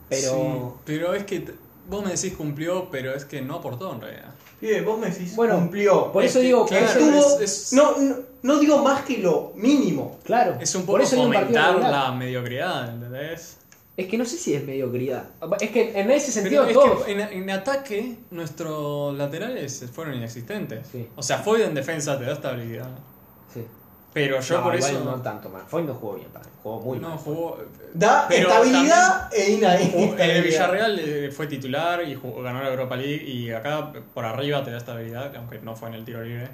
A: pero...
C: Sí, pero es que t- vos me decís cumplió, pero es que no aportó en realidad.
B: Pibe, vos me decís,
A: Bueno,
B: cumplió.
A: Por
C: Es
A: eso
C: que,
A: digo que
C: claro,
B: Estuvo-
C: es- es-
B: No, no, no digo más que lo mínimo.
A: Claro,
C: Es un
A: por
C: poco
A: eso digo un partido
C: fomentar
A: regular.
C: la mediocridad, ¿entendés?
A: Es que no sé si es mediocridad, es que en ese
C: Pero
A: sentido
C: es
A: todos...
C: que en, en ataque nuestros laterales fueron inexistentes.
A: Sí.
C: O sea, Foyd en defensa te da estabilidad.
A: Sí.
C: Pero yo
A: No,
C: por
A: igual
C: eso
A: no tanto, man. Foy no jugó bien, para mí, jugó muy
C: no
A: mal.
C: jugó.
B: Da
C: Pero
B: estabilidad e
C: jugó- El
B: inestabilidad.
C: Villarreal eh, fue titular y jugó- ganó la Europa League y acá por arriba te da estabilidad, aunque no fue en el tiro libre.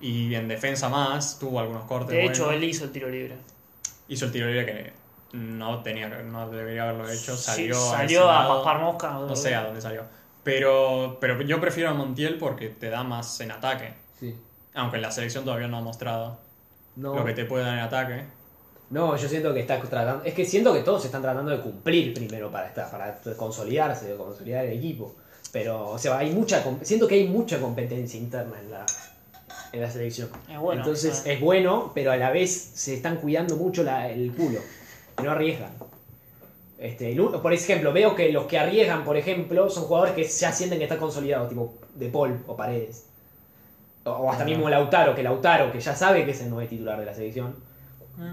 C: Y en defensa más, tuvo algunos cortes.
D: De hecho, eh,
C: buenos.
D: él hizo el tiro libre.
C: hizo el tiro libre que no tenía que- no debería haberlo hecho salió
D: Sí,
C: a
D: salió
C: ese
D: a
C: lado,
D: papar mosca.
C: no sé a dónde salió pero pero yo prefiero a Montiel porque te da más en ataque
A: Sí.
C: aunque en la selección todavía no ha mostrado
A: No,
C: lo que te puede dar en ataque
A: no, yo siento que está tratando... Es que siento que todos están tratando de cumplir primero para, estar, para consolidarse, de consolidar el equipo. Pero, o sea, hay mucha... com- Siento que hay mucha competencia interna en la, en la selección.
D: Es bueno.
A: Entonces
D: o sea,
A: es bueno, pero a la vez se están cuidando mucho la- el culo. No arriesgan. Este, el uno- por ejemplo, veo que los que arriesgan, por ejemplo, son jugadores que ya sienten que están consolidados, tipo De Paul o Paredes. O, o hasta mismo Lautaro, que Lautaro, que ya sabe que es el nueve titular de la selección,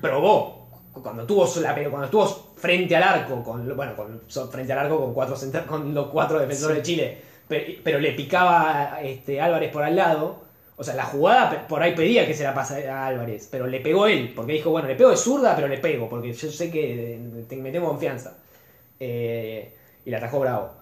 A: probó. Cuando estuvo, sola- pero cuando estuvo frente al arco, con, bueno, con- so- frente al arco con, cuatro centra- con los cuatro defensores de Chile, pero, pero le picaba este, Álvarez por al lado. O sea, la jugada pe- por ahí pedía que se la pase a Álvarez, pero le pegó él, porque dijo, bueno, le pego de zurda, pero le pego, porque yo sé que eh, te- me tengo confianza. Eh, y la atajó Bravo.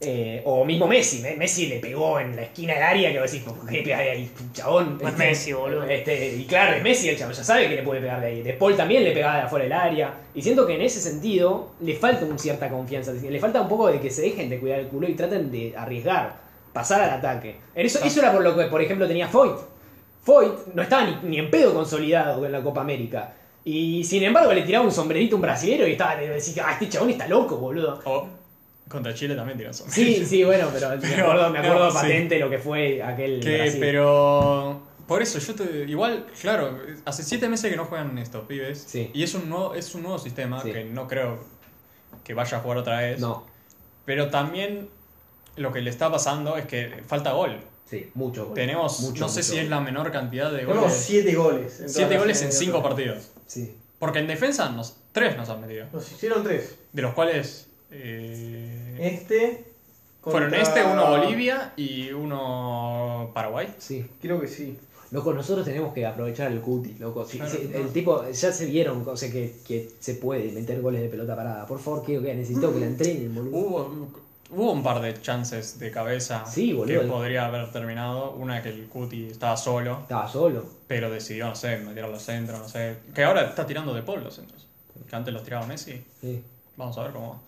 A: Eh, o mismo Messi, Me- Messi le pegó en la esquina del área que vos decís, ¿por qué le pegas de ahí, chabón?
D: Pues Messi, boludo.
A: Este, y claro, es Messi el chabón, ya sabe que le puede pegar de ahí. De Paul también le pegaba de afuera del área. Y siento que en ese sentido le falta una cierta confianza, le falta un poco de que se dejen de cuidar el culo y traten de arriesgar, pasar al ataque. En
D: Ah.
A: Eso, eso era por lo que, por ejemplo, tenía Foyt. Foyt no estaba ni, ni en pedo consolidado en la Copa América. Y sin embargo le tiraba un sombrerito a un brasilero y estaba decía, ah, este chabón está loco, boludo.
C: o contra Chile también tiró sombra.
A: Sí, sí, bueno, pero, me
C: Pero,
A: acuerdo, me acuerdo
C: no, sí.
A: patente lo que fue aquel
C: que
A: Brasil.
C: pero Por eso, yo te. Igual, claro, hace siete meses que no juegan estos pibes.
A: Sí.
C: Y es un nuevo, es un nuevo sistema
A: Sí.
C: que no creo que vaya a jugar otra vez.
A: No,
C: Pero también lo que le está pasando es que falta gol.
A: sí, mucho. gol.
C: Tenemos,
A: Mucho,
C: no sé
A: mucho
C: si
A: gol.
C: es la menor cantidad de
B: Tenemos
C: goles.
B: 7 goles. toda
C: eh, Siete
B: la
C: goles en
B: serie.
C: cinco partidos.
A: Sí.
C: Porque en defensa, nos, tres nos han metido.
B: Nos hicieron 3.
C: De los cuales. eh,
B: Este.
C: fueron
B: contra-
C: este, uno Bolivia y uno Paraguay.
A: Sí.
B: Creo que sí.
A: Loco, nosotros tenemos que aprovechar el cuti, loco. Sí,
C: Claro,
A: sí,
C: claro.
A: El tipo, ya se vieron, o sea, que, que se puede meter goles de pelota parada. Por favor, quiero que necesito que la entrenen, boludo.
C: Hubo, hubo un par de chances de cabeza
A: Sí,
C: que
A: boludo.
C: podría haber terminado. Una que el Cuti estaba solo,
A: Estaba solo.
C: pero decidió, no sé, meter a los centros, no sé. Que ahora está tirando de Paul los centros. Que antes los tiraba Messi.
A: Sí.
C: Vamos a ver cómo va.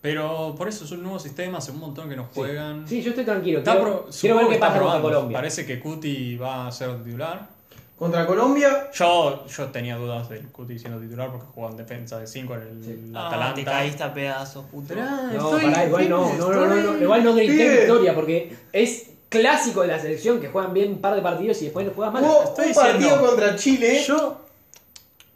C: Pero por eso es un nuevo sistema, hace un montón que no juegan.
A: Sí, yo estoy tranquilo.
C: Está
A: quiero, quiero
C: pro-
A: ver
C: supongo
A: qué
C: que está
A: pasa contra
C: probando.
A: Colombia.
C: Parece que Cuti va a ser titular.
B: Contra Colombia.
C: Yo, yo tenía dudas del Cuti siendo titular porque jugaba en defensa de 5 en el
D: Ah,
C: Atalanta.
D: te caíste a pedazos, puto.
C: Ah,
A: No, pará, igual no, no, no, no, no, igual no grité
B: Bien.
A: victoria porque es clásico de la selección que juegan bien un par de partidos y después no juegas mal.
B: Jugó
C: Ah, estoy
B: un partido
C: diciendo-
B: contra Chile
C: Yo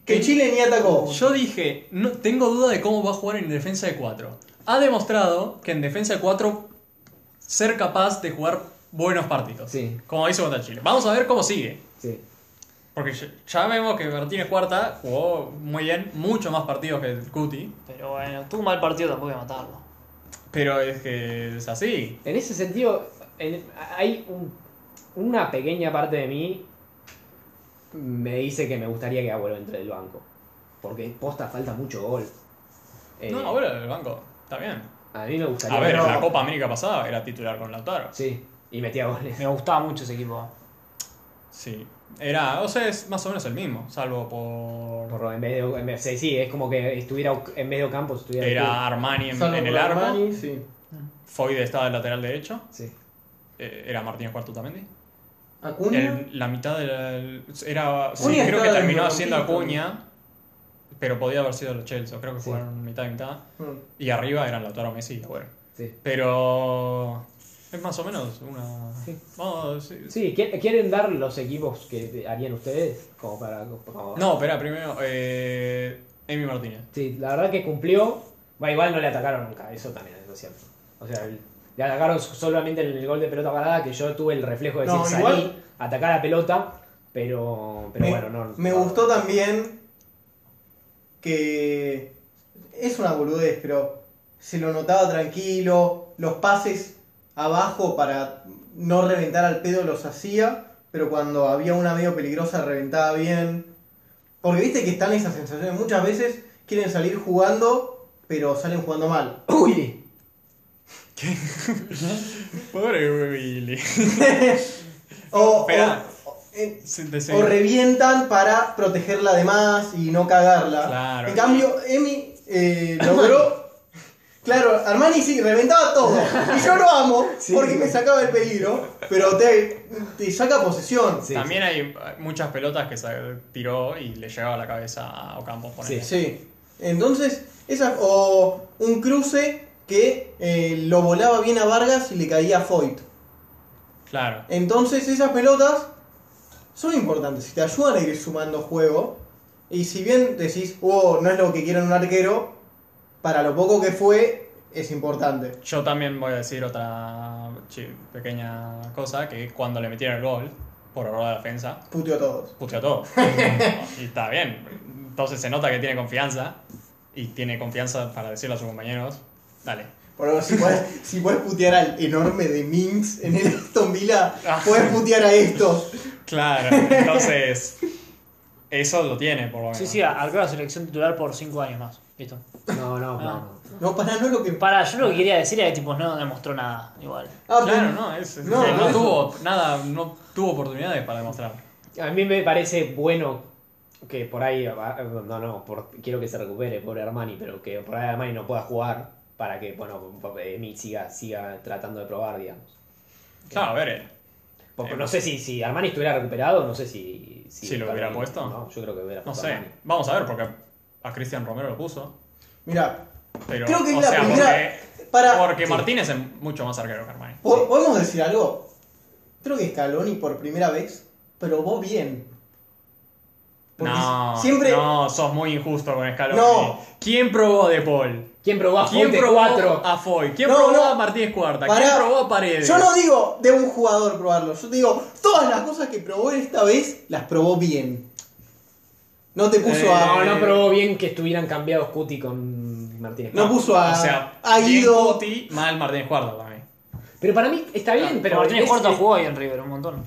B: que Chile ni atacó.
C: Yo dije, no, tengo duda de cómo va a jugar en defensa de 4. Ha demostrado que en defensa de 4 ser capaz de jugar buenos partidos.
A: Sí.
C: Como hizo contra Chile. Vamos a ver cómo sigue.
A: Sí,
C: Porque ya- ya vemos que Martínez Cuarta jugó muy bien, mucho más partidos que el Cuti.
D: Pero bueno, tú un mal partido tampoco hay que matarlo.
C: Pero es que es así.
A: En ese sentido, en- hay un- una pequeña parte de mí me dice que me gustaría que Agüero entre el banco. Porque posta falta mucho gol. Eh,
C: No, bueno, el banco, está bien.
A: A mí me gustaría.
C: A ver,
B: no.
C: en la Copa América pasada era titular con Lautaro.
A: Sí, y metía goles.
D: Me gustaba mucho ese equipo.
C: Sí. Era, o sea, es más o menos el mismo, salvo por...
A: Por- en vez de- en vez- sí, sí, es como que estuviera en medio campo, estuviera.
C: Era Armani en,
B: Salvo
C: en el
B: por
C: arco.
B: Armani, sí.
C: Foyde estaba de lateral derecho.
A: Sí.
C: Eh, era Martínez Cuarto también.
B: Acuña.
C: la mitad de la- el- era. sí,
B: Acuña
C: creo que
B: estaba
C: terminó
B: en el
C: siendo
B: banquillo.
C: Acuña, pero podía haber sido los Chelsea. Creo que
A: Sí.
C: jugaron mitad y mitad.
B: Mm.
C: Y arriba eran Lautaro Messi y Agüero.
A: Sí.
C: Pero. Es más o menos una.
A: Sí.
C: Vamos, sí, sí.
A: Sí, ¿qui- ¿quieren dar los equipos que harían ustedes? Como para. como-
C: No, espera, primero. Eh, Emi Martínez.
A: Sí, la verdad que cumplió. Va, igual no le atacaron nunca, eso también es cierto. O sea, el- le atacaron solamente en el gol de pelota parada, que yo tuve el reflejo de
B: No,
A: decir salí,
B: igual-
A: atacar a pelota, pero, pero
B: me,
A: bueno, no.
B: me
A: no.
B: gustó también que es una boludez, pero se lo notaba tranquilo, los pases abajo para no reventar al pedo los hacía, pero cuando había una medio peligrosa reventaba bien. Porque viste que están esas sensaciones, muchas veces quieren salir jugando, pero salen jugando mal.
A: Uy,
C: Pobre Willy.
B: O,
C: Espera.
B: o- o- en-
C: Se- te- se-
B: o revientan para protegerla de más y no cagarla.
C: Claro.
B: En cambio, Emi eh, logró. Claro, Armani sí, reventaba todo. Y yo lo amo porque me sacaba el peligro, pero te, te saca posesión.
A: Sí.
C: También hay muchas pelotas que se tiró y le llegaba a la cabeza a Ocampo. ponele.
B: Sí. Entonces, esa, o un cruce que eh, lo volaba bien a Vargas y le caía a Foyt.
C: Claro.
B: Entonces esas pelotas son importantes y te ayudan a ir sumando juego. Y si bien decís, oh, no es lo que quiere un arquero, para lo poco que fue, es importante.
C: Yo también voy a decir otra chi- pequeña cosa, que cuando le metieron el gol, por error de la defensa,
B: Puteo a todos.
C: puteó todo. y está bien. Entonces se nota que tiene confianza, y tiene confianza para decirle a sus compañeros, dale.
B: Por lo menos, si puedes, si podés putear al enorme de Minx en el Aston Villa,
C: Ah.
B: puedes putear a estos.
C: Claro, entonces eso lo tiene, por lo menos.
D: Sí, sí, arquero la selección titular por 5 años más. Listo.
A: No, no, no. no.
B: No, para no es lo que.
D: Para, yo lo que quería decir era que tipo, no demostró nada, igual.
B: Ah,
C: Claro,
B: pero-
C: no, es, es-
B: No,
C: que no
B: no.
C: tuvo nada, no tuvo oportunidades para demostrar.
A: A mí me parece bueno que por ahí, ah, no, no, por- quiero que se recupere, pobre Armani, pero que por ahí Armani no pueda jugar para que, bueno, Emi siga, siga tratando de probar, digamos.
C: Claro, a ver, eh,
A: Porque no sé si, si Armani estuviera recuperado, no sé si...
C: Si lo hubiera
A: Armani-
C: puesto.
A: No, yo creo que hubiera
C: no
A: puesto
C: sé.
A: Armani.
C: Vamos a ver, porque a Cristian Romero lo puso.
B: Mira,
C: Pero,
B: creo que es
C: o
B: la
C: sea,
B: primera.
C: porque,
B: para,
C: porque Martínez es mucho más arquero que Armani.
B: ¿po- ¿Podemos decir algo? Creo que Scaloni por primera vez probó bien. Porque
C: No,
B: siempre.
C: no, sos muy injusto con Scaloni.
B: No.
C: ¿Quién probó a De Paul?
A: ¿Quién probó a
C: ¿Quién
A: Fonte
C: probó
A: 4?
C: a Foy? ¿Quién
B: No,
C: probó
B: no.
C: a Martínez Cuarta?
B: Pará.
C: ¿Quién probó a Paredes?
B: Yo no digo de un jugador probarlo, yo te digo, todas las cosas que probó esta vez las probó bien. No te puso
C: Eh,
B: a.
A: No, no probó bien que estuvieran cambiados Cuti con Martínez.
B: No puso a.
C: O sea,
B: a
C: bien
B: Guido.
C: Guti, mal Martínez Cuarta para mí.
A: Pero para mí está bien, pero.
D: Martínez
A: es-
D: Cuarta
A: es-
D: jugó ahí en River un montón.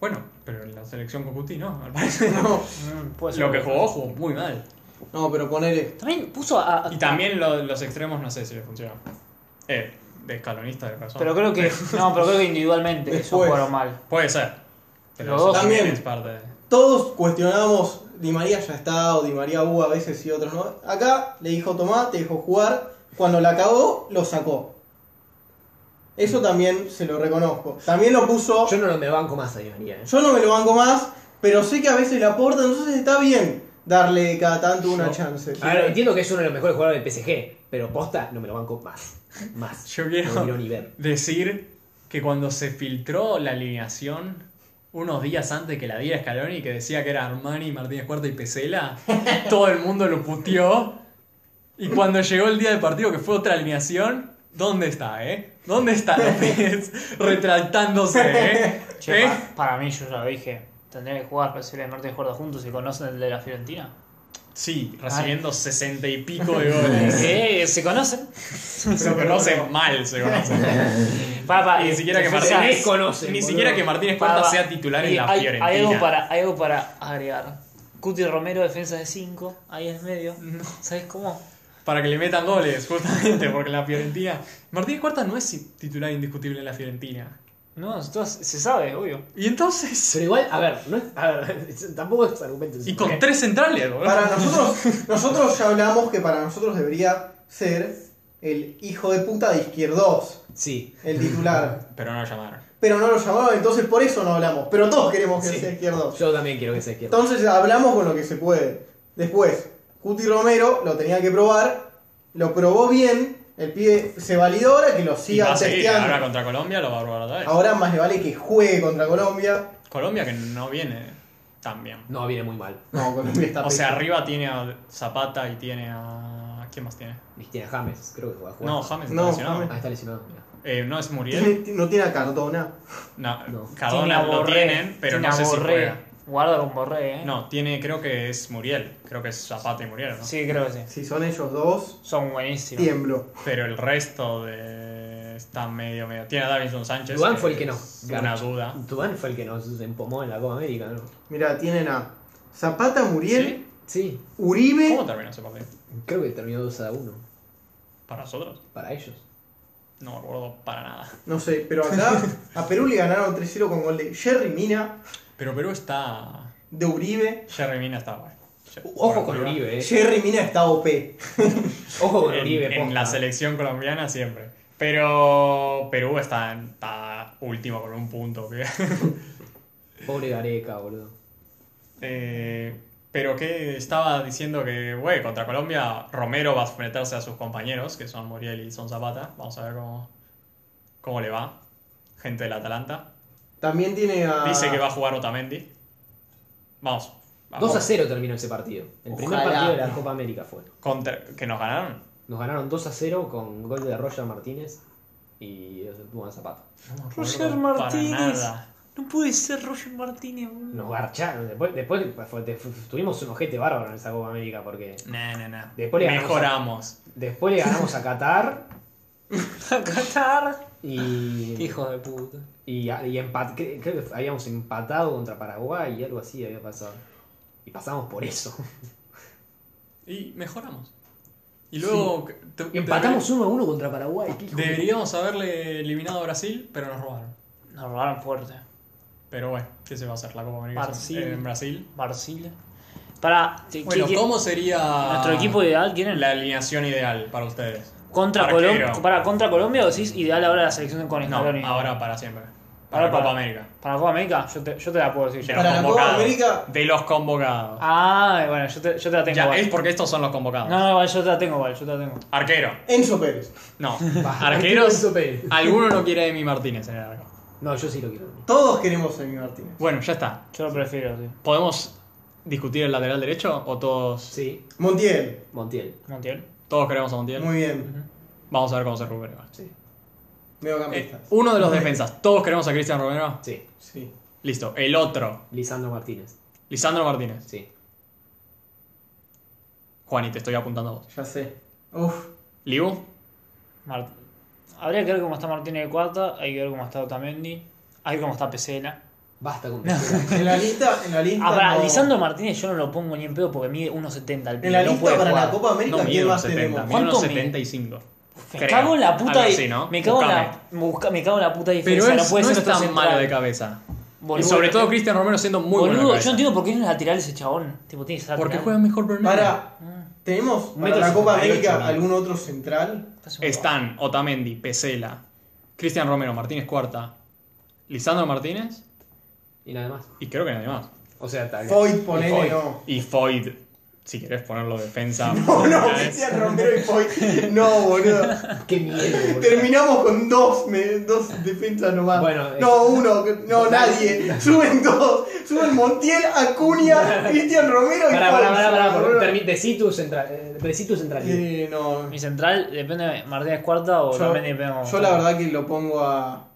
C: Bueno, pero en la selección con Guti no, al parecer.
D: Mm, puede ser.
C: Lo que jugó, jugó muy mal.
B: No, pero ponele.
D: También puso
B: Ah,
D: a. a-
C: Y también lo- los extremos no sé si le funcionó. Eh, de escalonista de persona.
D: Pero creo que. No, pero creo que individualmente esos
B: Después.
D: jugaron mal.
C: Puede ser. Pero
D: Los
C: eso
D: dos.
C: también
B: También.
C: es parte de...
B: Todos cuestionamos, Di María ya está, o Di María U a veces y otros no. Acá le dijo tomá, te dejó jugar. Cuando la acabó, lo sacó. Eso también se lo reconozco. También lo puso.
A: Yo no lo me banco más a Di María. ¿eh?
B: Yo no me lo banco más, pero sé que a veces le aporta, entonces está bien darle cada tanto una
C: Yo-
B: chance.
A: A ver, entiendo que es uno de los mejores jugadores del PSG, pero posta no me lo banco más. Más.
C: Yo
A: No
C: quiero
A: quiero ni ver.
C: decir que cuando se filtró la alineación unos días antes que la diera Scaloni, que decía que era Armani, Martínez Cuarta y Pesela, todo el mundo lo puteó. Y cuando llegó el día del partido, que fue otra alineación, ¿dónde está, eh? ¿Dónde está López retractándose, eh?
D: Che,
C: ¿Eh?
D: pa- para mí, yo ya lo dije. Tendrían que jugar Brasil y Martínez Cuarta juntos si conocen el de la Fiorentina.
C: Sí, recibiendo sesenta y pico de goles. eh.
D: ¿Qué? ¿Se conocen?
C: Se conocen mal, se conocen.
D: Papá,
C: Ah, Ni siquiera que
A: Martínez-
C: Martínez,
A: conocen,
C: ni
A: boludo.
C: siquiera que Martínez Cuarta sea titular en la
D: hay,
C: Fiorentina.
D: Hay algo, para, hay algo para agregar. Cuti Romero, defensa de 5, ahí en el medio. ¿Sabes cómo?
C: Para que le metan goles, justamente, porque la Fiorentina. Martínez Cuarta no es titular indiscutible en la Fiorentina.
D: No, esto se se sabe, obvio.
C: Y entonces.
A: Pero igual, a ver, no es- a ver, es- tampoco es argumento.
C: Y con tres centrales, boludo.
B: Para nosotros, nosotros ya hablamos que para nosotros debería ser el hijo de puta de Izquierdos,
A: Sí.
B: el titular.
C: Pero no lo llamaron.
B: Pero no lo llamaron, entonces por eso no hablamos. Pero todos queremos que
A: Sí.
B: sea Izquierdos.
A: Yo también quiero que sea izquierda.
B: Entonces hablamos con lo que se puede. Después, Cuti Romero lo tenía que probar, lo probó bien, el pibe se validó ahora que lo
C: Y va
B: sigan
C: a seguir. Ahora
B: testeando.
C: contra Colombia lo va a probar otra vez.
B: Ahora más le vale que juegue contra Colombia.
C: Colombia que no viene tan bien.
A: No, viene muy mal.
B: No, Colombia está
C: O sea,
B: pésimo.
C: arriba tiene a Zapata y tiene a. ¿Quién más tiene?
A: Cristina James, creo que juega.
C: No, James está
B: No,
C: lesionado.
B: James.
A: Ah, está lesionado. mira.
C: Eh, no es Muriel.
B: Tiene- no tiene a Cardona.
C: No,
A: No.
C: Cardona
D: Tiene a
C: lo
D: Borré,
C: tienen, pero
D: tiene
C: no
D: a
C: sé si
D: Borré.
C: juega.
D: Guarda con Borré, ¿eh?
C: No, tiene, creo que es Muriel. Creo que es Zapata y Muriel, ¿no?
D: Sí, creo que sí.
B: Si son ellos dos,
D: Son buenísimos.
B: tiemblo.
C: Pero el resto de. Está medio, medio. Tiene a Davinson Sánchez.
A: Duván fue el que no.
C: es Una duda.
A: Dubán fue el que nos empomó en la Copa América, ¿no?
B: Mira, tienen a Zapata, Muriel,
C: ¿Sí?
A: Sí,
C: ¿Cómo
B: Uribe.
C: terminó ese partido?
A: creo que terminó 2 a 1
C: ¿Para nosotros?
A: para ellos.
C: No me acuerdo para nada.
B: No sé, pero acá a Perú le ganaron 3-0 con gol de Jerry Mina,
C: Pero Perú está.
B: de Uribe.
C: Jerry Mina está bueno. Ye-
A: Ojo con
C: Uribe.
A: Uribe, eh.
B: Jerry Mina está OP.
A: Ojo con
C: En,
A: Uribe,
C: en
A: posta.
C: la selección colombiana siempre. Pero Perú está, está último con un punto. que-
A: Pobre Gareca, boludo.
C: Eh, pero que estaba diciendo que, güey, contra Colombia Romero va a enfrentarse a sus compañeros, que son Muriel y son Zapata. Vamos a ver cómo, cómo le va. Gente del Atalanta.
B: También tiene a.
C: Dice que va a jugar Otamendi. Vamos.
A: 2 a 0 terminó ese partido. El primer
B: Ojalá.
A: partido de la Copa América fue.
C: Contra- que nos ganaron.
A: Nos ganaron 2 a 0 con gol de Roger Martínez y Dubán Zapata.
C: No me
D: Roger
C: acuerdo Para
D: Martínez.
C: nada.
D: No puede ser Roger Martínez, boludo.
A: Nos garcharon. Después, después fue- te- fu- tuvimos un ojete bárbaro en esa Copa América porque
C: Nah, nah, nah.
A: Después le ganamos a-
C: Mejoramos.
A: después le ganamos a Qatar
D: Qatar.
A: y.
D: Hijo de puta.
A: Y, y empat- cre- creo que habíamos empatado contra Paraguay y algo así había pasado. Y pasamos por eso.
C: Y mejoramos. Y luego. te-
A: Y empatamos 1 a 1 contra Paraguay. qué hijo de-
C: Deberíamos haberle eliminado a Brasil, pero nos robaron.
D: Nos robaron fuerte.
C: Pero bueno, ¿qué se va a hacer? La Copa América
D: Brasil.
C: en Brasil.
D: Barcila. Para. ¿qué-
C: Bueno,
D: qué-
C: ¿cómo sería
D: Nuestro equipo ideal, ¿quién es?
C: la alineación ideal para ustedes?
D: Contra,
C: Arquero.
D: Colom- para, contra Colombia o decís ideal ahora la selección con
C: No,
D: Scaloni?
C: ahora para siempre.
D: Ahora
C: Para la Copa
D: para-
C: América.
D: Para Copa América, yo te, yo te la puedo decir.
C: De
D: ya.
C: los
B: Para la Copa
C: convocados.
B: América.
C: De los convocados.
D: Ah, bueno, yo te, yo te la tengo.
C: Ya, este-
D: igual.
C: es porque estos son los convocados.
D: No, no, igual, yo te la tengo, igual, yo te la tengo.
C: Arquero.
B: Enzo Pérez.
C: No.
A: Va,
C: Arqueros.
A: Enzo Pérez.
C: Alguno no quiere a Emi Martínez eh, en el arco.
A: No, yo sí lo quiero.
B: Todos queremos a Emi Martínez.
C: Bueno, ya está.
D: Yo lo prefiero, sí.
C: ¿Podemos discutir el lateral derecho o todos,
A: Sí,
B: Montiel,
A: Montiel.
D: Montiel.
C: todos queremos a Montiel?
B: muy bien.
C: Vamos a ver cómo se recupera.
A: Sí,
B: Mediocampista.
C: Eh, uno de los defensas, ¿todos queremos a Cristian Romero?
A: sí.
B: Sí.
C: Listo. El otro,
A: Lisandro Martínez.
C: Lisandro Martínez.
A: Sí.
C: Juani, te estoy apuntando a vos.
B: Ya sé. Uf.
C: ¿Liu?
D: Mart- Habría que ver cómo está Martínez de cuarta, hay que ver cómo está Otamendi, hay que ver cómo está Pesela.
A: Basta con
B: En la lista, en la lista.
D: Ah, pará,
B: no-
D: Lisandro Martínez yo no lo pongo ni en pedo porque mide 1.70 el pibe,
B: En la
D: no
B: lista
D: puede
B: para
D: jugar.
B: la Copa América,
C: No
B: ¿quién
C: mide unos
B: más
C: 70,
B: tenemos?
C: mide unos
D: ¿Cuánto mide?
C: 75.
D: Me
C: creo.
D: cago en la puta
C: Algo
D: de-
C: así, ¿no?
D: Me cago en la,
C: Buscame.
D: me busca- me cago en la puta
C: Pero
D: defensa,
C: es,
D: no puede
C: no
D: ser
C: es tan
D: central.
C: malo de cabeza.
D: Boludo, eh,
C: y sobre todo Cristian Romero siendo muy bueno. de
D: Boludo, yo
C: cabeza.
D: no entiendo por qué no es lateral ese chabón. Tipo, tiene que ser
C: Porque
D: lateral.
C: juega mejor Bernardo.
B: Para, ¿tenemos para
A: Metro
B: la Copa
A: 58,
B: América
A: ¿no?
B: algún otro central?
D: Está seguro.
C: Están Otamendi, Pesela, Cristian Romero, Martínez Cuarta, Lisandro Martínez
A: Y nada más.
C: y creo que nadie más.
A: O sea, tal vez.
B: Foyt, ponele,
C: Foyt.
B: no.
C: Y Foyt, si querés ponerlo defensa.
B: No, no,
C: ya es-
B: Cristian Romero y Foyt. No, boludo.
A: Qué miedo, boludo.
B: Terminamos con dos, me- dos defensas nomás.
A: Bueno,
B: no, uno, que- no, nadie. Suben dos. Suben Montiel, Acuña, Cristian Romero y
A: Pará, pará,
B: Foyt.
A: pará, pará.
B: Boludo.
A: porque termi- Decí tu central. eh, Decí tu central.
B: Eh, no.
D: Mi central depende de Martínez cuarta o
B: Yo,
D: Otamendi depende de-
B: yo la verdad que lo pongo a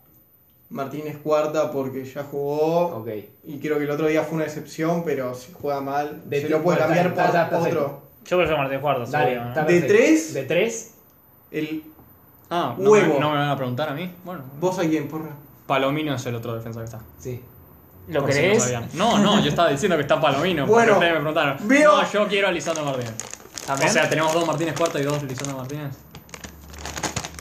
B: Martínez Cuarta porque ya jugó.
A: Ok.
B: Y creo que el otro día fue una excepción, pero si juega mal,
A: De
B: se
A: ti-
B: lo puede
A: bueno,
B: cambiar
A: está-
B: por
A: está perfecto.
B: otro.
D: Yo prefiero Martínez cuarta,
A: Dale,
D: seguro, ¿no?
A: está
B: ¿De
A: perfecto.
B: tres?
A: ¿De tres?
B: El,
C: Ah, no, me-
B: Huevo.
C: no me van a preguntar a mí. Bueno,
B: ¿Vos a quién, porra?
C: Palomino es el otro defensa que está.
A: Sí.
D: ¿Lo
C: Por si
D: crees?
C: no, sabían. no, no, yo estaba diciendo que está Palomino. porque
B: Bueno,
C: ustedes me preguntaron.
B: veo-
C: No, yo quiero a Lisandro Martínez.
D: ¿También?
C: O sea, tenemos dos Martínez Cuarta y dos Lisandro Martínez.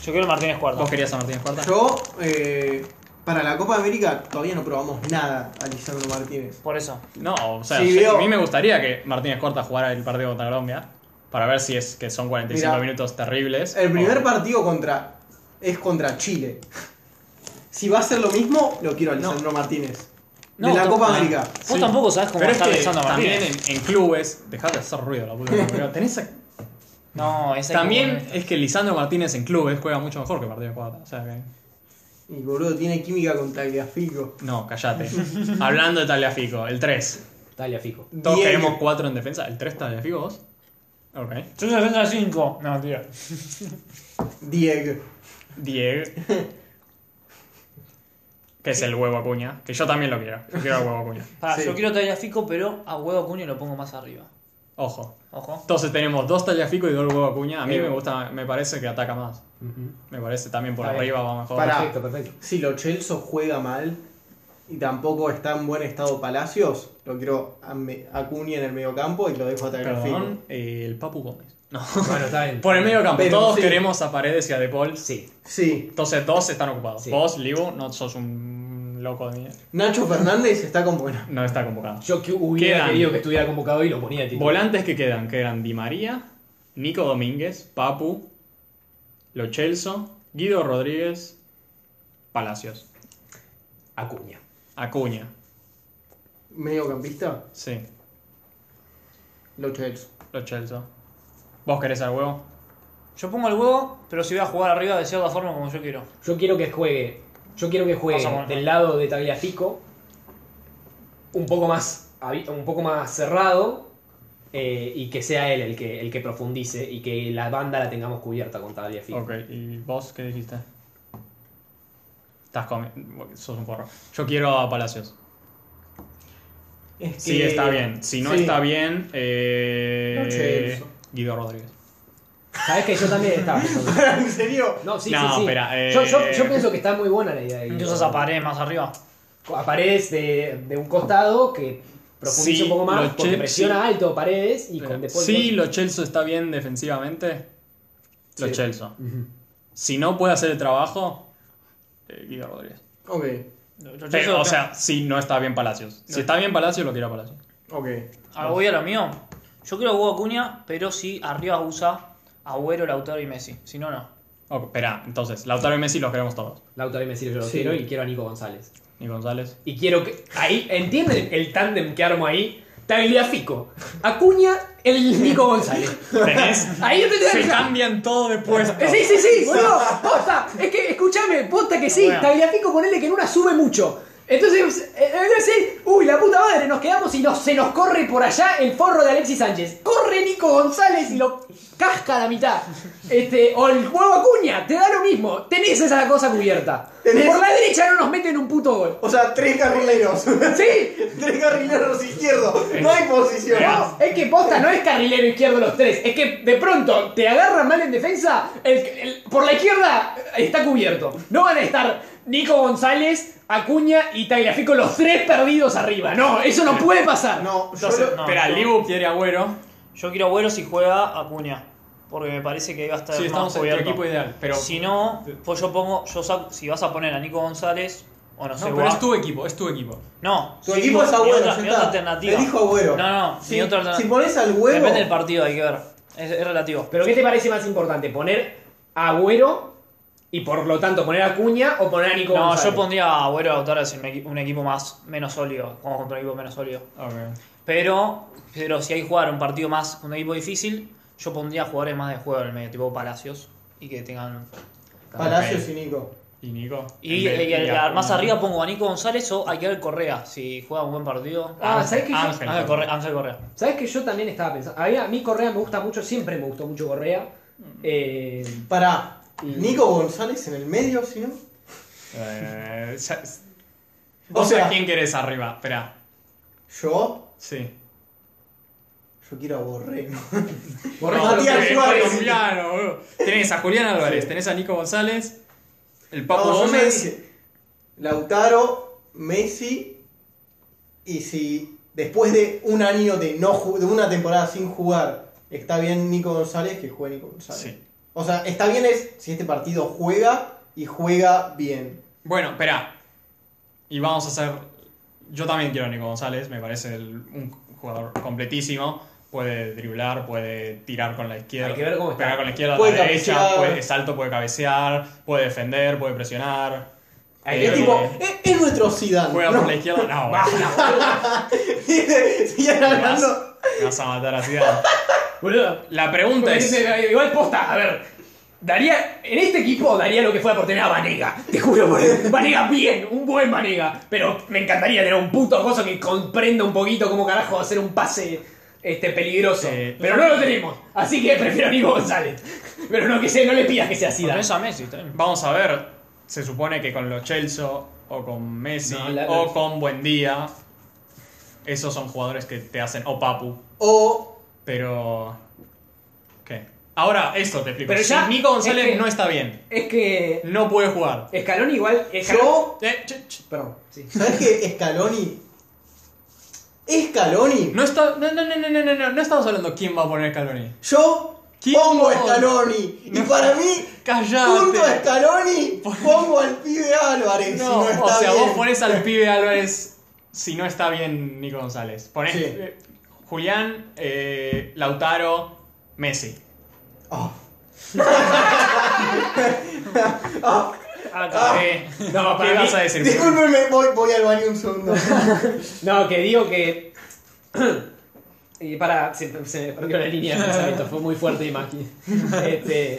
D: yo quiero Martínez cuarta.
C: ¿Vos querías a Martínez Cuarta?
B: Yo, eh, para la Copa América todavía no probamos nada a Lisandro Martínez.
D: Por eso.
C: No, o sea,
B: Sí,
C: yo-
B: veo-
C: a mí me gustaría que Martínez Corta jugara el partido contra Colombia para ver si es que son 45
B: Mirá,
C: minutos terribles.
B: El primer
C: o-
B: partido contra es contra Chile. Si va a ser lo mismo, lo quiero a
C: No.
B: Lisandro Martínez.
D: No,
B: de la
D: tam-
B: Copa
D: ah,
B: América.
D: Vos tampoco sabés cómo
C: Pero es
D: está
C: que
D: Lisandro
C: también
D: Martínez.
C: en, en clubes, dejad de hacer ruido, la puta que me parió. Tenés a-
D: No, esa
C: También es que Lisandro Martínez en clubes juega mucho mejor que Martínez Cuarta. O sea que.
B: Y boludo, tiene química contra Gliafico.
C: No, callate. Hablando de Taliafico, el 3.
A: Talia fijo.
C: Todos
B: Diez.
C: queremos 4 en defensa. ¿El 3 Taliafico vos? Ok.
D: Yo soy defensa 5. No, tío.
B: Diego.
C: Diego. Que es el huevo acuña. Que yo también lo quiero. Yo quiero al huevo acuña.
D: Pará,
B: Sí.
D: Yo quiero todavía Fico, pero a huevo Acuña lo pongo más arriba.
C: Ojo.
D: Ojo.
C: Entonces tenemos dos Tagliafico y dos Huevo Acuña. A mí
A: Eh.
C: me gusta, me parece que ataca más.
A: Ujú.
C: Me parece también por
A: Está bien.
C: arriba va mejor.
B: Pará.
A: Perfecto, perfecto.
B: Si lo Chelso juega mal y tampoco está en buen estado Palacios, lo quiero a Me- a Acuña en el mediocampo y lo dejo a Tagliafico.
C: Perdón, eh, el Papu Gómez. No.
A: Bueno, está bien.
C: Por el medio campo,
B: Pero
C: todos
B: sí.
C: queremos a Paredes y a De Paul.
A: Sí.
B: Sí.
C: Entonces dos están ocupados.
A: Sí.
C: Vos, Libu, no sos un loco de mierda.
B: Nacho Fernández está con buena.
C: No está convocado.
A: Yo que hubiera
C: Quedan.
A: querido que estuviera convocado y lo ponía de titular.
C: Volantes que quedan, quedan Di María, Nico Domínguez, Papu, Lo Celso, Guido Rodríguez, Palacios,
A: Acuña.
C: Acuña.
B: Mediocampista,
C: Sí,
B: lo Chelso.
C: Lo Celso. ¿Vos querés al huevo?
D: Yo pongo el huevo, pero si voy a jugar arriba de cierta forma como yo quiero.
A: Yo quiero que juegue. Yo quiero que juegue
D: Vamos a poner-
A: del lado de Tagliafico. Un poco más. abi- Un poco más cerrado. eh, y que sea él el que, el que profundice y que la banda la tengamos cubierta con Tagliafico.
C: Ok, ¿y vos qué dijiste? Estás comi- Sos un porro. Yo quiero a Palacios.
B: Es que-
C: Sí, está bien. Si no
B: Eh, sí.
C: está bien, eh,
B: No, Celso.
C: Guido Rodríguez.
A: Sabes que yo también estaba pensando.
B: ¿En serio?
A: No, sí,
C: No,
A: sí, sí.
C: espera, eh.
A: Yo, yo- yo pienso que está muy buena la idea. de-
D: Incluso esa pared más arriba.
A: a Paredes de, de un costado que profundiza
C: Sí,
A: un poco más
C: lo
A: porque
C: che-
A: presiona
C: sí.
A: alto Paredes y con
C: Espera.
A: De Paul
C: Si
A: Gold-
C: Eh, Lo Celso está bien defensivamente, Lo
A: Sí.
C: Celso.
A: Ujú.
C: Si no puede hacer el trabajo, eh, Guido Rodríguez.
B: Ok,
D: Yo- yo-
C: Pero,
D: yo-
C: o sea, si no está bien Palacios. Si está bien Palacios, lo quiero a Palacios.
B: ok.
D: Ahora Ah, voy a lo mío. Yo quiero huevo Acuña, pero si arriba usa Agüero, Lautaro y Messi. Si no, no.
C: Ok, espera, entonces, Lautaro y Messi los queremos todos.
A: Lautaro y Messi yo lo
B: Sí.
A: quiero y quiero a Nico González.
C: Y González.
A: Y quiero que. Ahí, ¿entienden el tándem que armo ahí? Tagliafico, Acuña, el Nico González.
C: Tenés.
A: Ahí no te tenés
C: Se
A: que-
C: cambian todo de puesto.
A: Eh, Sí, sí, sí, boludo, posta. Es que, escúchame, posta que sí.
C: Bueno.
A: Tagliafico, ponele que en una sube mucho. Entonces, eh, eh, sí, uy, la puta madre, nos quedamos y nos, se nos corre por allá el forro de Alexis Sánchez. Corre Nico González y lo casca a la mitad. Este, o el huevo Acuña, te da lo mismo. Tenés esa cosa cubierta.
B: Tenés-
A: Por la derecha no nos meten un puto gol.
B: O sea, tres carrileros.
A: Sí,
B: tres carrileros izquierdos. No hay posición.
A: No, es que posta no es carrilero izquierdo los tres. Es que de pronto te agarran mal en defensa. el- el- por la izquierda está cubierto. No van a estar Nico González, Acuña y Tagliafico los tres perdidos arriba. No, eso no puede pasar.
B: No, yo
D: Entonces,
B: lo-
D: no.
C: Espera, Libu quiere agüero.
D: Yo quiero Agüero si juega Acuña. Porque me parece que va a estar
C: Sí,
D: más
C: estamos en el
D: cubierto.
C: equipo ideal. Pero,
D: Si no, pues yo pongo. Yo saco- si vas a poner a Nico González, o no,
C: no,
D: sé,
C: pero
D: Guas-
C: es tu equipo, es tu equipo.
D: No,
B: Tu
D: sí,
B: equipo
D: mi-
B: es
D: mi
B: Agüero,
D: otra,
B: ya
D: mi
B: está.
D: otra alternativa.
B: Te dijo Agüero.
D: No, no, mi
B: Si,
D: otra
B: si
D: alternativa.
B: pones al huevo.
D: Depende del partido, hay que ver. Es, es relativo.
A: Pero ¿qué te parece más importante? ¿Poner a Agüero y por lo tanto poner a Acuña o poner a Nico
D: No,
A: González?
D: yo pondría a Agüero Lautaro es un, equi- un equipo más menos sólido. Jugamos contra un equipo menos sólido. Pero, pero si hay que jugar un partido más con un equipo difícil, yo pondría jugadores más de juego en el medio, tipo Palacios. Y que tengan.
B: Palacios
C: Ok.
B: y Nico.
C: Y Nico.
D: Y,
C: En vez-
D: y- y-
C: y a-
D: más arriba pongo a Nico González o a Kiel Correa, si juega un buen partido.
A: Ah, ¿sabes qué? Yo-
C: Ángel.
D: Ángel Correa. Ángel Correa.
A: ¿Sabes que yo también estaba pensando? A mí, a mí Correa me gusta mucho, siempre me gustó mucho Correa.
B: Mm.
A: Eh,
B: Pará.
A: Y-
B: Nico González en el medio, si no.
C: Eh, ya-
B: O
C: o sea,
B: sea-
C: ¿quién querés arriba? Espera.
B: Yo.
C: Sí.
B: Yo quiero a Borré. ¿no?
A: Borré-
B: No, Matías
C: porque es
B: Suárez.
C: colombiano, boludo. Tenés a Julián Álvarez, tenés a Nico González, el Papo
B: No, yo ya
C: Gómez.
B: dije, Lautaro, Messi. Y si después de un año de no ju- de una temporada sin jugar, está bien Nico González, que juegue Nico González.
C: Sí.
B: O sea, está bien es si este partido juega y juega bien.
C: Bueno, espera. Y vamos a hacer. Yo también quiero a Nico González, me parece el- un jugador completísimo. Puede driblar, puede tirar con la izquierda.
A: Hay que ver cómo está.
C: Pegar con la izquierda, a
B: Puede
C: la derecha,
B: cabecear.
C: puede, es alto, puede cabecear, puede defender, puede presionar.
A: Hay
C: Eh,
B: Es tipo, es, es nuestro Zidane.
C: Juega
B: ¿no?
C: por la izquierda, no, boludo.
B: Siguen
C: Me vas,
B: hablando.
C: me vas a matar a Zidane.
A: Boludo,
C: La pregunta
A: Porque
C: es.
A: dice, Igual posta, a ver. Daría, en este equipo daría lo que fuera por tener a Vanega. Te juro, por Vanega bien, un buen Vanega. Pero me encantaría tener un puto gozo que comprenda un poquito cómo carajo hacer un pase este, peligroso.
C: Eh,
A: pero no lo tenemos. Así que prefiero a Nico González. Pero no que sea, no le pidas que sea así.
D: Pones a Messi también.
C: Vamos a ver, se supone que con los Chelsea o con Messi
A: No, la-
C: o con Buendía, esos son jugadores que te hacen, o Papu,
B: O.
C: pero... ¿Qué? Ahora, esto te explico.
A: Pero
C: si
A: ya-
C: Nico González
A: es que-
C: no está bien,
A: Es que.
C: no puede jugar.
A: Escalón igual. Escalón,
B: Yo.
C: Eh, ch- ch-
A: Perdón, sí.
B: ¿Sabes qué? Scaloni. Scaloni.
C: no, está, no, no, no, no, no, no, no, no estamos hablando quién va a poner Scaloni.
B: Yo
C: ¿Quién
B: pongo a
C: no?
B: Scaloni. Y para mí, junto a
C: ¡Cállate!
B: Scaloni, pongo al pibe Álvarez. si
C: No,
B: no
C: o
B: está
C: sea,
B: bien.
C: vos pones al pibe Álvarez si no está bien Nico González. Ponés
B: Sí.
C: eh, Julián, eh, Lautaro, Messi.
B: Oh,
C: Eh,
A: Ah. No,
C: ¿Qué
A: para mí-
C: vas a decir?
B: discúlpeme, voy, voy al baño un segundo.
A: No, que digo que. y para. Se, se me perdió la línea de pensamiento, fue muy fuerte imagen. Este,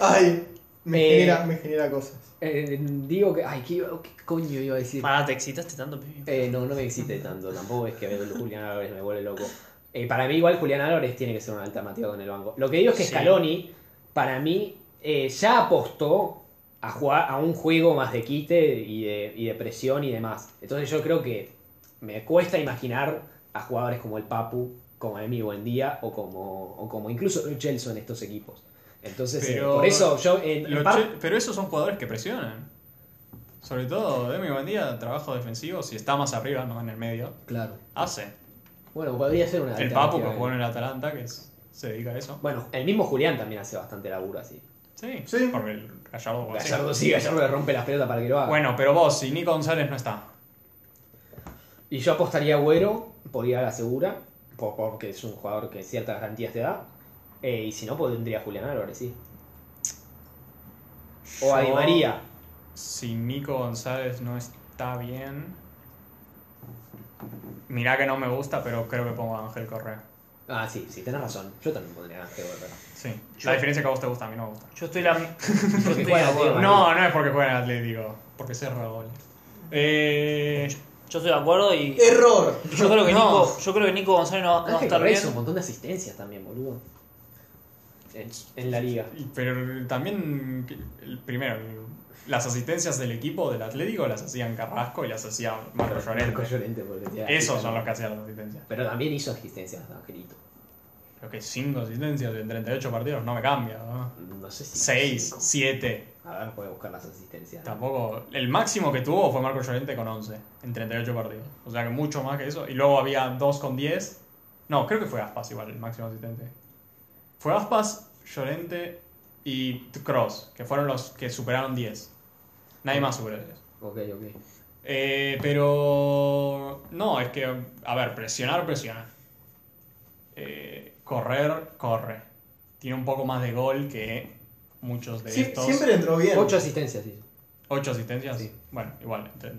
B: Ay, me,
A: Eh.
B: genera, me genera cosas.
A: eh, digo que. Ay, ¿qué, iba- qué coño iba a decir?
D: Pará, te excitaste tanto, pibe.
A: Eh, no, no me excite tanto, tampoco es que ver a Julián Álvarez me vuelve loco. Eh, para mí, igual Julián Álvarez tiene que ser una alternativa con el banco. Lo que digo es que
D: Sí.
A: Scaloni, para mí, eh, ya apostó a jugar a un juego más de quite y de, y de presión y demás. Entonces yo creo que me cuesta imaginar a jugadores como el Papu, como Emi Buendía o como, o como incluso Lo Celso en estos equipos. Entonces, eh,
C: Pero-
A: por eso yo en, en
C: Lo
A: par-
C: che- pero esos son jugadores que presionan. Sobre todo, Demi Buendía, trabajo defensivo, si está más arriba, no en el medio,
A: Claro.
C: hace.
A: Bueno, podría ser una
C: El Papu que
A: alternativa.
C: jugó en el Atalanta, que es- se dedica a eso.
A: Bueno, el mismo Julián también hace bastante laburo así.
C: Sí,
B: Sí.
C: porque el Gallardo jugó así.
A: Gallardo sí, Gallardo le rompe las pelotas para que lo haga.
C: Bueno, pero vos, si Nico González no está,
A: Y yo apostaría a Güero por ir a la segura, por- porque es un jugador que ciertas garantías te da. Eh, y si no, pondría a Julián Álvarez, sí. O a Di
C: Yo-
A: María.
C: si Nico González no está bien, Mirá que no me gusta, pero creo que pongo a Ángel Correa.
A: Ah, sí, sí, tenés razón. Yo también pondría a Ángel Correa.
C: Sí.
D: Yo-
C: La diferencia que a vos te gusta, a mí no me gusta.
D: Yo estoy la. Yo estoy de
A: Bueno,
D: acuerdo.
A: bueno.
C: No, no es porque juega en Atlético, porque se Raúl. Eh,
D: Yo estoy de acuerdo y.
B: Error.
D: Yo creo que
A: No.
D: Nico, yo creo que Nico González no, no va a
A: Ángel
D: estar
A: Correa
D: bien.
A: hizo un montón de asistencias también, boludo. En, en la liga.
C: y- pero también, el- primero, las asistencias del equipo del Atlético las hacían Carrasco y las hacía Marco
A: Marco
C: Llorente.
A: Llorente, porque tenía-
C: Esos son los que hacían las asistencias.
A: Pero también hizo asistencias, Angelito.
C: Creo que 5 asistencias en 38 partidos no me cambia. ¿no?
A: No sé si.
C: 6, 7.
A: A ver, voy a buscar las asistencias.
C: Tampoco. El máximo que tuvo fue Marco Llorente con 11 en 38 partidos. O sea que mucho más que eso. Y luego había 2 con 10. No, creo que fue Aspas igual el máximo asistente. Fue Aspas, Llorente y Cross, que fueron los que superaron 10. Nadie más superó 10.
A: Ok, ok.
C: Eh, pero. No, es que. A ver, presionar, presiona. Eh, correr, corre. Tiene un poco más de gol que muchos de
B: Sie-
C: estos.
B: siempre entró bien.
A: Ocho asistencias hizo.
C: ¿Ocho asistencias?
A: Sí.
C: Bueno, igual. tre-